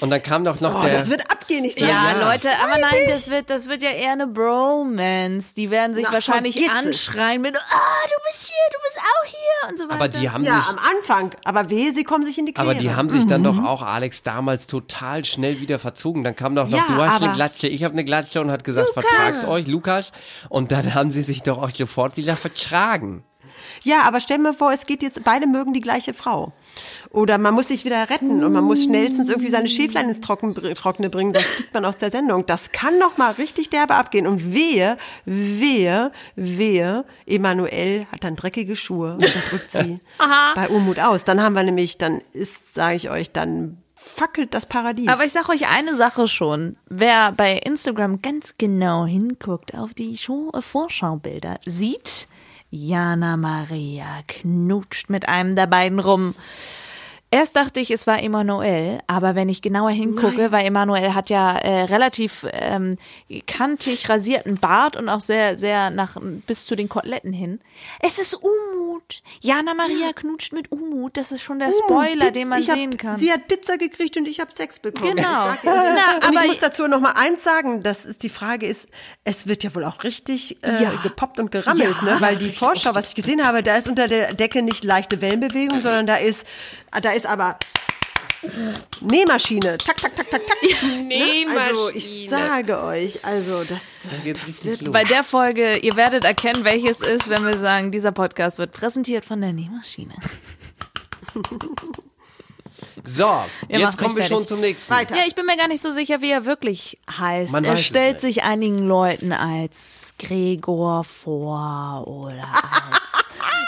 Und dann kam doch noch
Oh,
der.
das wird abgehen, ich sag
Ja,
dir.
Leute, aber nein, das wird, das wird ja eher eine Bromance. Die werden sich
Na,
wahrscheinlich
vergiss es.
anschreien mit, ah, du bist hier, du bist auch hier und so weiter.
Aber die haben
ja,
sich-
am Anfang. Aber wehe, sie kommen sich in die Quere.
Aber die haben sich dann
Mhm.
doch auch Alex damals total schnell wieder verzogen. Dann kam doch noch,
Ja,
du hast eine
aber-
Glatsche, ich habe eine Glatsche und hat gesagt,
Lukas!
vertragt euch, Lukas. Und dann haben sie sich doch auch sofort wieder vertragen.
Ja, aber stell mir vor, es geht jetzt, beide mögen die gleiche Frau. Oder man muss sich wieder retten und man muss schnellstens irgendwie seine Schäflein ins Trocken, Trockene bringen, sonst fliegt man aus der Sendung. Das kann noch mal richtig derbe abgehen. Und wehe, wehe, wehe, Emanuel hat dann dreckige Schuhe und dann drückt sie
Aha.
bei Unmut aus. Dann haben wir nämlich, dann ist, sage ich euch, dann fackelt das Paradies.
Aber ich sag euch eine Sache schon. Wer bei Instagram ganz genau hinguckt auf die Show äh, Vorschaubilder, sieht, Jana Maria knutscht mit einem der beiden rum. Erst dachte ich, es war Emanuel, aber wenn ich genauer hingucke, weil Emanuel hat ja äh, relativ ähm, kantig rasierten Bart und auch sehr, sehr nach bis zu den Koteletten hin. Es ist Umut. Jana Maria knutscht mit Umut. Das ist schon der
Oh,
Spoiler,
Pizza,
den man
ich hab,
sehen kann.
Sie hat Pizza gekriegt und ich habe Sex bekommen.
Genau.
Ich sag dir, also,
Na,
und
aber-
ich muss dazu noch mal eins sagen, das ist die Frage ist, es wird ja wohl auch richtig äh,
Ja.
gepoppt und gerammelt,
Ja.
ne? weil die Vorschau, was ich gesehen habe, da ist unter der Decke nicht leichte Wellenbewegung, sondern da ist ah, da ist aber Nähmaschine. Tak tak tak tak tak. Ne? Also ich sage euch, also das, das wird
Bei der Folge, ihr werdet erkennen, welches ist, wenn wir sagen, dieser Podcast wird präsentiert von der Nähmaschine.
So,
Ihr
jetzt
macht
kommen
mich
wir
fertig.
schon zum nächsten.
Halt.
Ja, ich bin mir gar nicht so sicher, wie er wirklich heißt.
Man
er
weiß es
stellt sich einigen Leuten als Gregor vor oder als.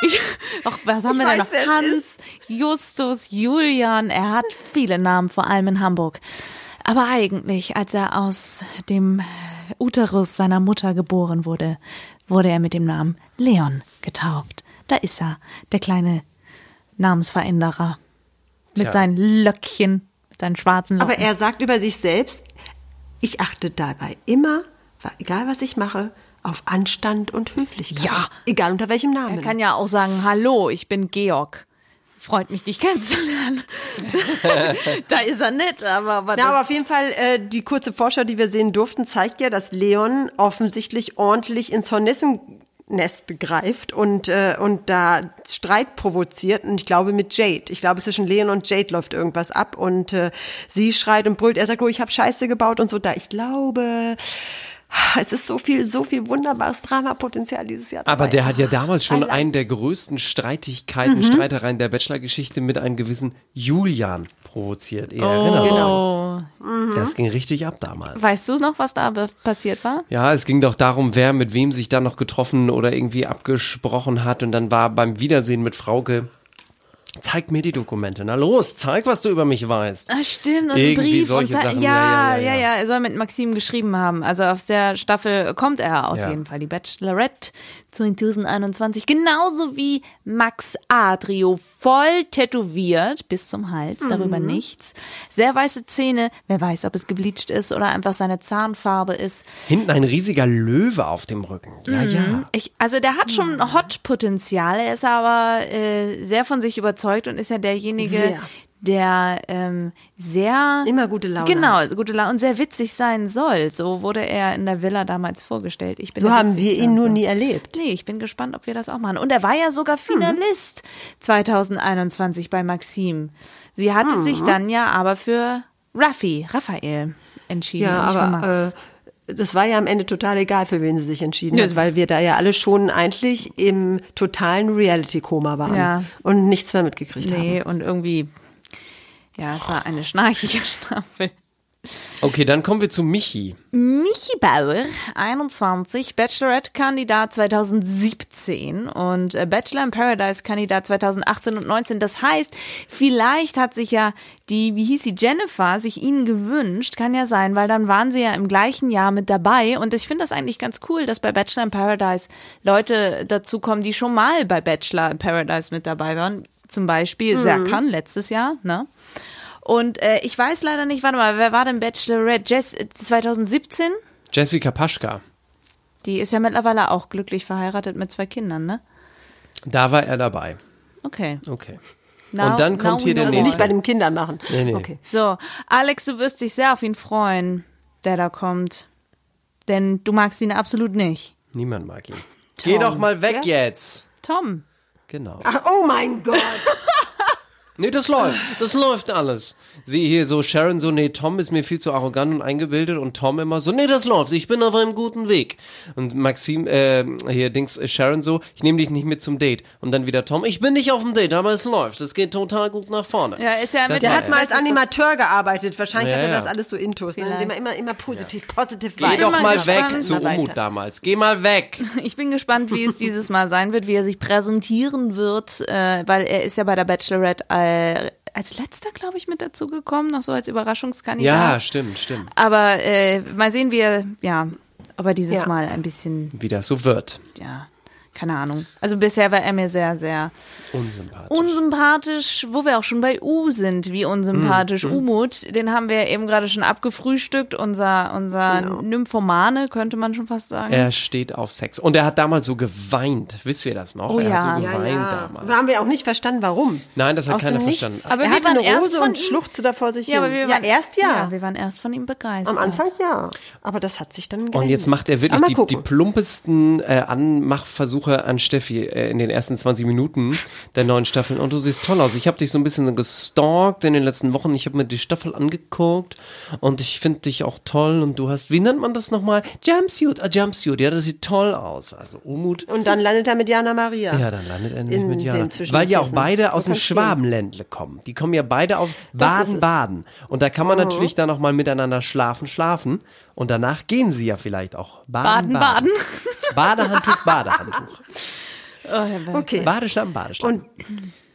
Ich, ach, was haben wir
Ich weiß,
da noch?
wer es
Hans, Justus, Julian. Er hat viele Namen, vor allem in Hamburg. Aber eigentlich, als er aus dem Uterus seiner Mutter geboren wurde, wurde er mit dem Namen Leon getauft. Da ist er, der kleine Namensveränderer. Mit
Tja.
seinen Löckchen, mit seinen schwarzen Locken.
Aber er sagt über sich selbst, ich achte dabei immer, egal was ich mache, auf Anstand und Höflichkeit. Ja. Egal unter welchem Namen.
Er kann ja auch sagen, hallo, ich bin Georg. freut mich, dich kennenzulernen. da ist er nett, aber. aber
Na,
das-
aber auf jeden Fall, äh, die kurze Vorschau, die wir sehen durften, zeigt ja, dass Leon offensichtlich ordentlich ins Hornissennest greift und, äh, und da Streit provoziert. Und ich glaube mit Jade. Ich glaube, zwischen Leon und Jade läuft irgendwas ab. Und äh, sie schreit und brüllt. Er sagt, oh, ich habe Scheiße gebaut und so. Da ich glaube. Es ist so viel, so viel wunderbares Dramapotenzial dieses Jahr.
Aber
dabei.
der hat ja damals schon
Allein-
einen der größten Streitigkeiten,
Mhm.
Streitereien der Bachelor-Geschichte mit einem gewissen Julian provoziert. Ihr
oh.
erinnert
Mhm.
Das ging richtig ab damals.
Weißt du noch, was da be- passiert war?
Ja, es ging doch darum, wer mit wem sich da noch getroffen oder irgendwie abgesprochen hat. Und dann war beim Wiedersehen mit Frauke, zeig mir die Dokumente. Na los, zeig, was du über mich weißt.
Ah, stimmt, und ein
Irgendwie
Brief
solche
und Sa-
Sachen.
Ja,
Ja,
ja, ja, er soll mit Maxim geschrieben haben. Also aus der Staffel kommt er aus
Ja.
jeden Fall, die Bachelorette 2021. Genauso wie Max Adrio, voll tätowiert bis zum Hals, darüber
Mhm.
nichts. Sehr weiße Zähne, wer weiß, ob es gebleicht ist oder einfach seine Zahnfarbe ist.
Hinten ein riesiger Löwe auf dem Rücken. Ja,
Mhm.
ja.
Ich, also der hat
Hm.
schon Hot-Potenzial, er ist aber äh, sehr von sich überzeugt und ist ja derjenige,
Sehr.
der ähm, sehr... Immer
gute Laune
Genau, gute Laune und sehr witzig sein soll. So wurde er in der Villa damals vorgestellt. Ich bin
So
der
haben wir
witzigste
ihn
und
nur
so.
nie erlebt. Mhm.
Nee, ich bin gespannt, ob wir das auch machen. Und er war ja sogar Finalist 2021 bei Maxim. Sie hatte
Mhm.
sich dann ja aber für Raffi, Raphael entschieden.
Ja,
und nicht für Max.
aber äh, das war ja am Ende total egal, für wen sie sich entschieden
Ja,
hat, weil wir da ja alle schon eigentlich im totalen Reality-Koma waren
Ja.
und nichts mehr mitgekriegt haben.
Nee, und irgendwie, ja, es war eine schnarchige Staffel.
Okay, dann kommen wir zu Michi.
Michi Bauer, 21, Bachelorette-Kandidat 2017 und äh, Bachelor in Paradise-Kandidat 2018 und 19. Das heißt, vielleicht hat sich ja die, wie hieß sie, Jennifer, sich ihnen gewünscht. Kann ja sein, weil dann waren sie ja im gleichen Jahr mit dabei. Und ich finde das eigentlich ganz cool, dass bei Bachelor in Paradise Leute dazu kommen, die schon mal bei Bachelor in Paradise mit dabei waren. Zum Beispiel
Mhm.
Serkan letztes Jahr, ne? Und äh, ich weiß leider nicht, warte mal, wer war denn Bachelorette? Jess äh, 2017?
Jessica Paschka.
Die ist ja mittlerweile auch glücklich verheiratet mit zwei Kindern, ne?
Da war er dabei.
Okay.
Okay.
Now-
Und dann
now
kommt hier
we
der
know
nächste.
Also
all. Nicht bei
dem Kindern machen.
Nee, nee.
So, Alex, du wirst dich sehr auf ihn freuen, der da kommt. Denn du magst ihn absolut nicht.
Niemand mag ihn.
Tom.
Geh doch mal weg jetzt.
Tom.
Genau.
Ach, oh mein Gott.
Nee, das läuft. Das läuft alles. Sie hier so, Sharon so, nee, Tom ist mir viel zu arrogant und eingebildet und Tom immer so, nee, das läuft. Ich bin auf einem guten Weg. Und Maxim, äh, hier Dings, äh, Sharon so, ich nehme dich nicht mit zum Date. Und dann wieder Tom, ich bin nicht auf dem Date, aber es läuft. Es geht total gut nach vorne. Das
der
war
hat
er.
mal als Animateur gearbeitet. Wahrscheinlich
Ja,
hat er
ja.
das alles so intus. Ne? Indem er immer, immer positiv, positiv
Geh doch mal weg zu Umut damals. Geh mal weg.
Ich bin gespannt, wie es dieses Mal sein wird, wie er sich präsentieren wird, äh, weil er ist ja bei der Bachelorette äh, als letzter, glaube ich, mit dazugekommen, noch so als Überraschungskandidat.
Ja, stimmt, stimmt.
Aber äh, mal sehen wir, ja, aber dieses
Ja.
Mal ein bisschen,
Wie das so wird.
ja, keine Ahnung. Also bisher war er mir sehr, sehr
Unsympathisch.
unsympathisch, wo wir auch schon bei U sind, wie unsympathisch.
Hm,
Mhm.
Umut, den haben wir eben gerade schon abgefrühstückt, unser, unser
Genau.
Nymphomane, könnte man schon fast sagen.
Er steht auf Sex. Und er hat damals so geweint. Wisst ihr das noch?
Oh
er
ja.
hat so
Ja,
geweint
ja.
damals.
Da haben wir auch nicht verstanden, warum.
Nein, das hat
Aus
keiner
dem Nichts.
verstanden.
Aber
Er
er
hatte
hatte
eine
eine
Rose
Rose
und
und schluchzte da vor sich
Ja,
hin.
aber wir
ja
waren,
erst ja.
Wir waren erst von ihm begeistert.
Am Anfang ja. Aber das hat sich dann geändert.
Und jetzt macht er wirklich
Aber Ah, mal
die, die
gucken.
plumpesten äh, Anmachversuche an Steffi äh, in den ersten 20 Minuten der neuen Staffel. Und du siehst toll aus. Ich habe dich so ein bisschen so gestalkt in den letzten Wochen. Ich habe mir die Staffel angeguckt und ich finde dich auch toll. Und du hast, wie nennt man das nochmal? Jumpsuit, ah, Jumpsuit. Ja, das sieht toll aus. Also Umut.
Und dann landet er mit Jana Maria.
Ja, dann landet er nämlich
In
mit
den
Jana.
Zwischen-
Weil ja auch
Kissen.
beide
So
aus dem
kann's gehen.
Schwabenländle kommen. Die kommen ja beide aus
Das ist es.
Baden-Baden. Und da kann man
Mhm.
natürlich dann auch mal miteinander schlafen, schlafen. Und danach gehen sie ja vielleicht auch
Baden-Baden.
Baden-Baden. Badehandtuch, Badehandtuch.
Okay.
Badeschlappen, Badeschlappen.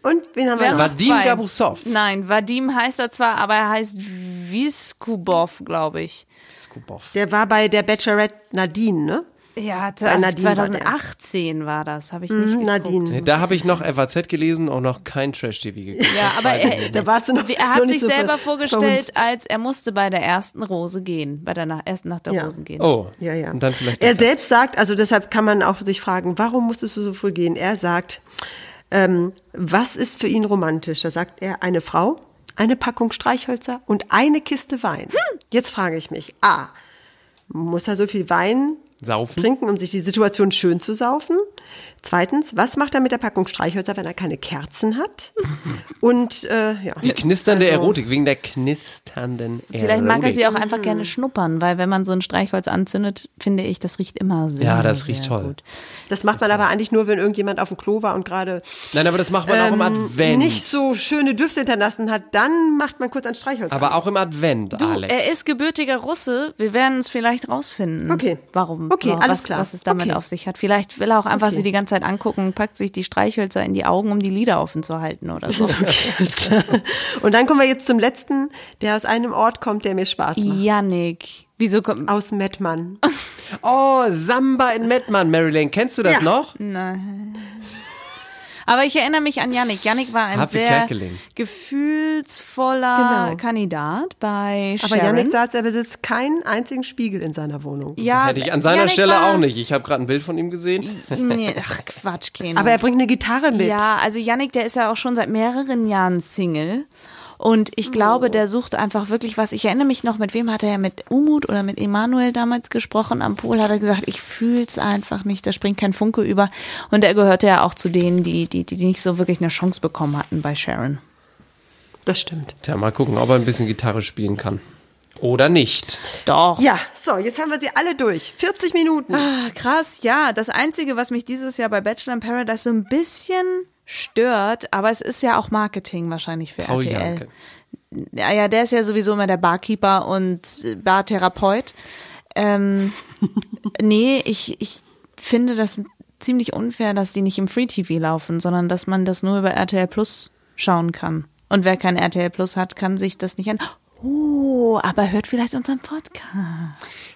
Und wen haben wir
Wer
noch?
macht zwei?
Gabusov.
Nein, Vadim heißt er zwar, aber er heißt Viskubov, glaube ich.
Viskubov.
Der war bei der Bachelorette Nadine, ne?
Ja,
Bei Nadine war der.
2018 war das, habe ich nicht geguckt.
Mhm, Nadine.
Da habe ich noch FAZ gelesen und noch kein Trash-TV geguckt. Also,
Ja, aber
Weiß ich
er,
nicht.
Da warst du noch-
wie- er hat
noch nicht
sich
so ver-
selber vorgestellt, als er musste bei der ersten Rose gehen, bei der nach, ersten Nacht der
Ja.
Rosen gehen.
Oh,
Ja, ja.
und dann vielleicht
Er
das-
selbst sagt, also deshalb kann man auch sich fragen, warum musstest du so früh gehen? Er sagt, Ähm, was ist für ihn romantisch? Da sagt er, eine Frau, eine Packung Streichhölzer und eine Kiste Wein.
Hm.
Jetzt frage ich mich, A, muss er so viel Wein
Saufen?
trinken, um sich die Situation schön zu saufen? Zweitens, was macht er mit der Packung Streichhölzer, wenn er keine Kerzen hat? Und äh, ja.
Die knisternde
Also-
Erotik, wegen der knisternden Erotik.
Vielleicht mag er sie auch einfach
Mhm.
gerne schnuppern, weil wenn man so ein Streichholz anzündet, finde ich, das riecht immer sehr.
Ja, das
sehr
riecht toll.
Gut.
Das macht man aber eigentlich nur, wenn irgendjemand auf dem Klo war und gerade
Nein, aber das macht man auch im
ähm,
Advent.
nicht so schöne Düfte hinterlassen hat, dann macht man kurz ein Streichholz.
aber auch im Advent,
Du,
Alex.
Oh, er ist gebürtiger Russe. Wir werden es vielleicht rausfinden.
Okay.
Warum?
Okay,
warum,
alles
was,
klar.
Was es damit
Okay.
auf sich hat. Vielleicht will er auch einfach
Okay.
sie die ganze Zeit angucken, packt sich die Streichhölzer in die Augen, um die Lider offen zu halten oder so.
Okay, alles klar. Und dann kommen wir jetzt zum letzten, der aus einem Ort kommt, der mir Spaß macht.
Janik. Wieso kommt.
Aus Mettmann.
Oh, Samba in Mettmann, Marilyn. Kennst du das
Ja. Mhm.
noch?
Nein. Aber ich erinnere mich an Yannick. Yannick war ein
Happy
sehr
Kerkeling.
gefühlsvoller
Genau.
Kandidat bei
Aber
Sharon.
Yannick sagt, er besitzt keinen einzigen Spiegel in seiner Wohnung.
ja,
Hätte ich an seiner
Yannick
Stelle
war,
auch nicht. Ich habe gerade ein Bild von ihm gesehen.
Nee, ach Quatsch, Keno.
Aber er bringt eine Gitarre mit.
Ja, also Yannick, der ist ja auch schon seit mehreren Jahren Single. Und ich glaube, der sucht einfach wirklich was. Ich erinnere mich noch, mit wem hat er ja mit Umut oder mit Emanuel damals gesprochen. Am Pool hat er gesagt, ich fühl's einfach nicht, da springt kein Funke über. Und er gehörte ja auch zu denen, die, die, die nicht so wirklich eine Chance bekommen hatten bei Sharon.
Das stimmt.
Tja, mal gucken, ob er ein bisschen Gitarre spielen kann. Oder nicht.
Doch.
Ja, so, jetzt haben wir sie alle durch. 40 Minuten.
Ah, krass, ja. Das Einzige, was mich dieses Jahr bei Bachelor in Paradise so ein bisschen stört, aber es ist ja auch Marketing wahrscheinlich für
Paul
RTL.
Janke.
Ja, ja, der ist ja sowieso immer der Barkeeper und äh, Bartherapeut. Ähm, nee, ich, ich finde das ziemlich unfair, dass die nicht im Free TV laufen, sondern dass man das nur über RTL Plus schauen kann. Und wer kein RTL Plus hat, kann sich das nicht an. Oh, aber hört vielleicht unseren Podcast.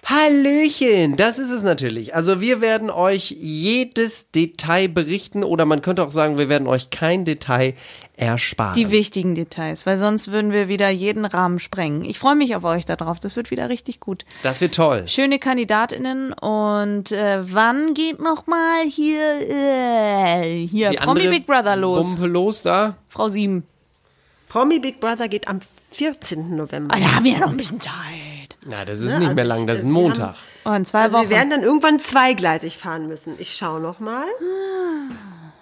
Hallöchen, das ist es natürlich. Also wir werden euch jedes Detail berichten oder man könnte auch sagen, wir werden euch kein Detail ersparen.
Die wichtigen Details, weil sonst würden wir wieder jeden Rahmen sprengen. Ich freue mich auf euch darauf. Das wird wieder richtig gut.
das wird toll.
Schöne Kandidatinnen und äh, wann geht noch mal hier äh, hier
Die
Promi
andere
Big Brother los?
Pumpe los da.
Frau Sieben.
Promi Big Brother geht am 14. November.
Ah, da haben wir ja noch ein bisschen Zeit.
Na, das ist
Ne,
nicht
also
mehr
ich-
lang, das ist ein
wir haben-
Montag.
Oh, in zwei
Also wir
Wochen.
werden dann irgendwann zweigleisig fahren müssen. Ich schaue noch mal.
War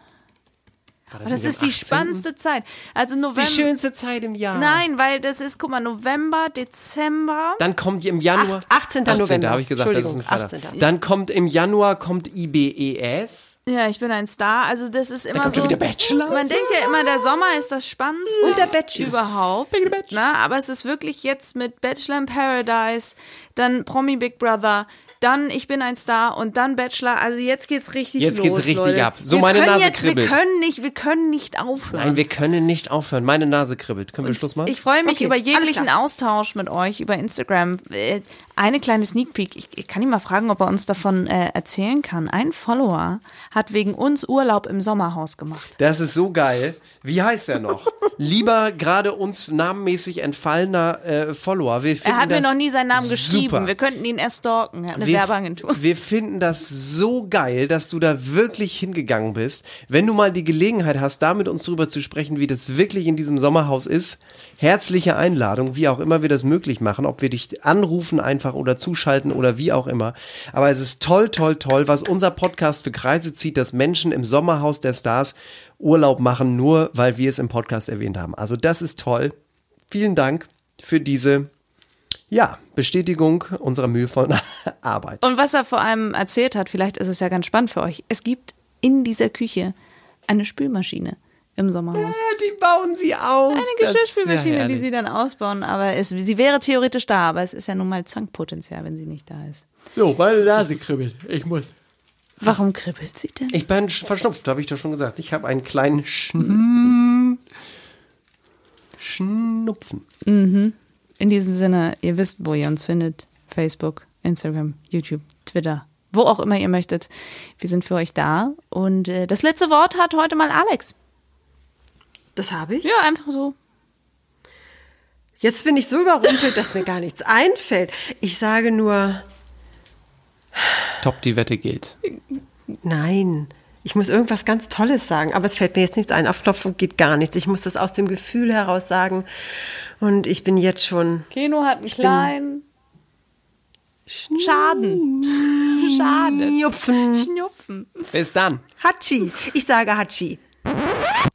Oh, das
nicht
ist
am
die
18.?
spannendste Zeit. Also November.
Die schönste Zeit im Jahr.
Nein, weil das ist, guck mal, November, Dezember.
Dann kommt im Januar.
18. November.
habe ich gesagt, das ist ein
Entschuldigung,
Freitag.
18..
Dann kommt im Januar kommt E IBES.
Ja, ich bin ein Star. Also das ist immer
kommt
so.
schon wieder Bachelor.
Man denkt ja immer, der Sommer ist das Spannendste
Und der Bachelor.
überhaupt. Na, aber es ist wirklich jetzt mit Bachelor in Paradise, dann Promi Big Brother, dann Ich bin ein Star und dann Bachelor. Also jetzt geht's richtig
Jetzt
los.
geht's richtig
Leute.
ab. So
wir
meine
können
Nase
jetzt,
kribbelt.
Wir können nicht, wir können nicht aufhören.
Nein, wir können nicht aufhören. Meine Nase kribbelt. Können wir Schluss machen?
Ich freue mich
Okay,
über
alles
jeglichen
klar.
Austausch mit euch über Instagram. Äh, Eine kleine Sneak Peek. Ich, ich kann ihn mal fragen, ob er uns davon äh, erzählen kann. Ein Follower hat wegen uns Urlaub im Sommerhaus gemacht.
Das ist so geil. Wie heißt er noch? Lieber gerade uns namenmäßig entfallener äh, Follower. Wir finden
Er hat mir
das
noch nie seinen Namen geschrieben.
Super.
Wir könnten ihn erst stalken. Er hat eine
Wir-
Werbeagentur.
Wir finden das so geil, dass du da wirklich hingegangen bist. Wenn du mal die Gelegenheit hast, da mit uns drüber zu sprechen, wie das wirklich in diesem Sommerhaus ist, herzliche Einladung, wie auch immer wir das möglich machen, ob wir dich anrufen einfach oder zuschalten oder wie auch immer. Aber es ist toll, toll, toll, was unser Podcast für Kreise zieht, dass Menschen im Sommerhaus der Stars Urlaub machen, nur weil wir es im Podcast erwähnt haben. Also das ist toll. Vielen Dank für diese ja, Bestätigung unserer mühevollen Arbeit.
Und was er vor allem erzählt hat, vielleicht ist es ja ganz spannend für euch. Es gibt in dieser Küche eine Spülmaschine im Sommerhaus.
Die bauen sie aus.
Eine Geschirrspülmaschine, die sie
sie.
dann ausbauen, aber es, sie wäre theoretisch da, aber es ist ja nun mal Zankpotenzial, wenn sie nicht da ist.
So, meine Nase kribbelt. Ich muss.
Warum kribbelt sie denn?
Ich bin sch- verschnupft, habe ich doch schon gesagt. Ich habe einen kleinen Schn Hm. Schnupfen.
Mhm. In diesem Sinne, ihr wisst, wo ihr uns findet. Facebook, Instagram, YouTube, Twitter, wo auch immer ihr möchtet. Wir sind für euch da. Und äh, das letzte Wort hat heute mal Alex.
Das habe ich.
Ja, einfach so.
Jetzt bin ich so überrumpelt, dass mir gar nichts einfällt. Ich sage nur,
Top, die Wette gilt.
nein, Ich muss irgendwas ganz Tolles sagen, aber es fällt mir jetzt nichts ein. Auf Knopfdruck geht gar nichts. Ich muss das aus dem Gefühl heraus sagen. Und ich bin jetzt schon.
Keno hat einen
Ich bin-
kleinen Schaden. Schaden.
Schnupfen.
Schnupfen.
Bis dann.
Hatschi. Ich sage Hatschi.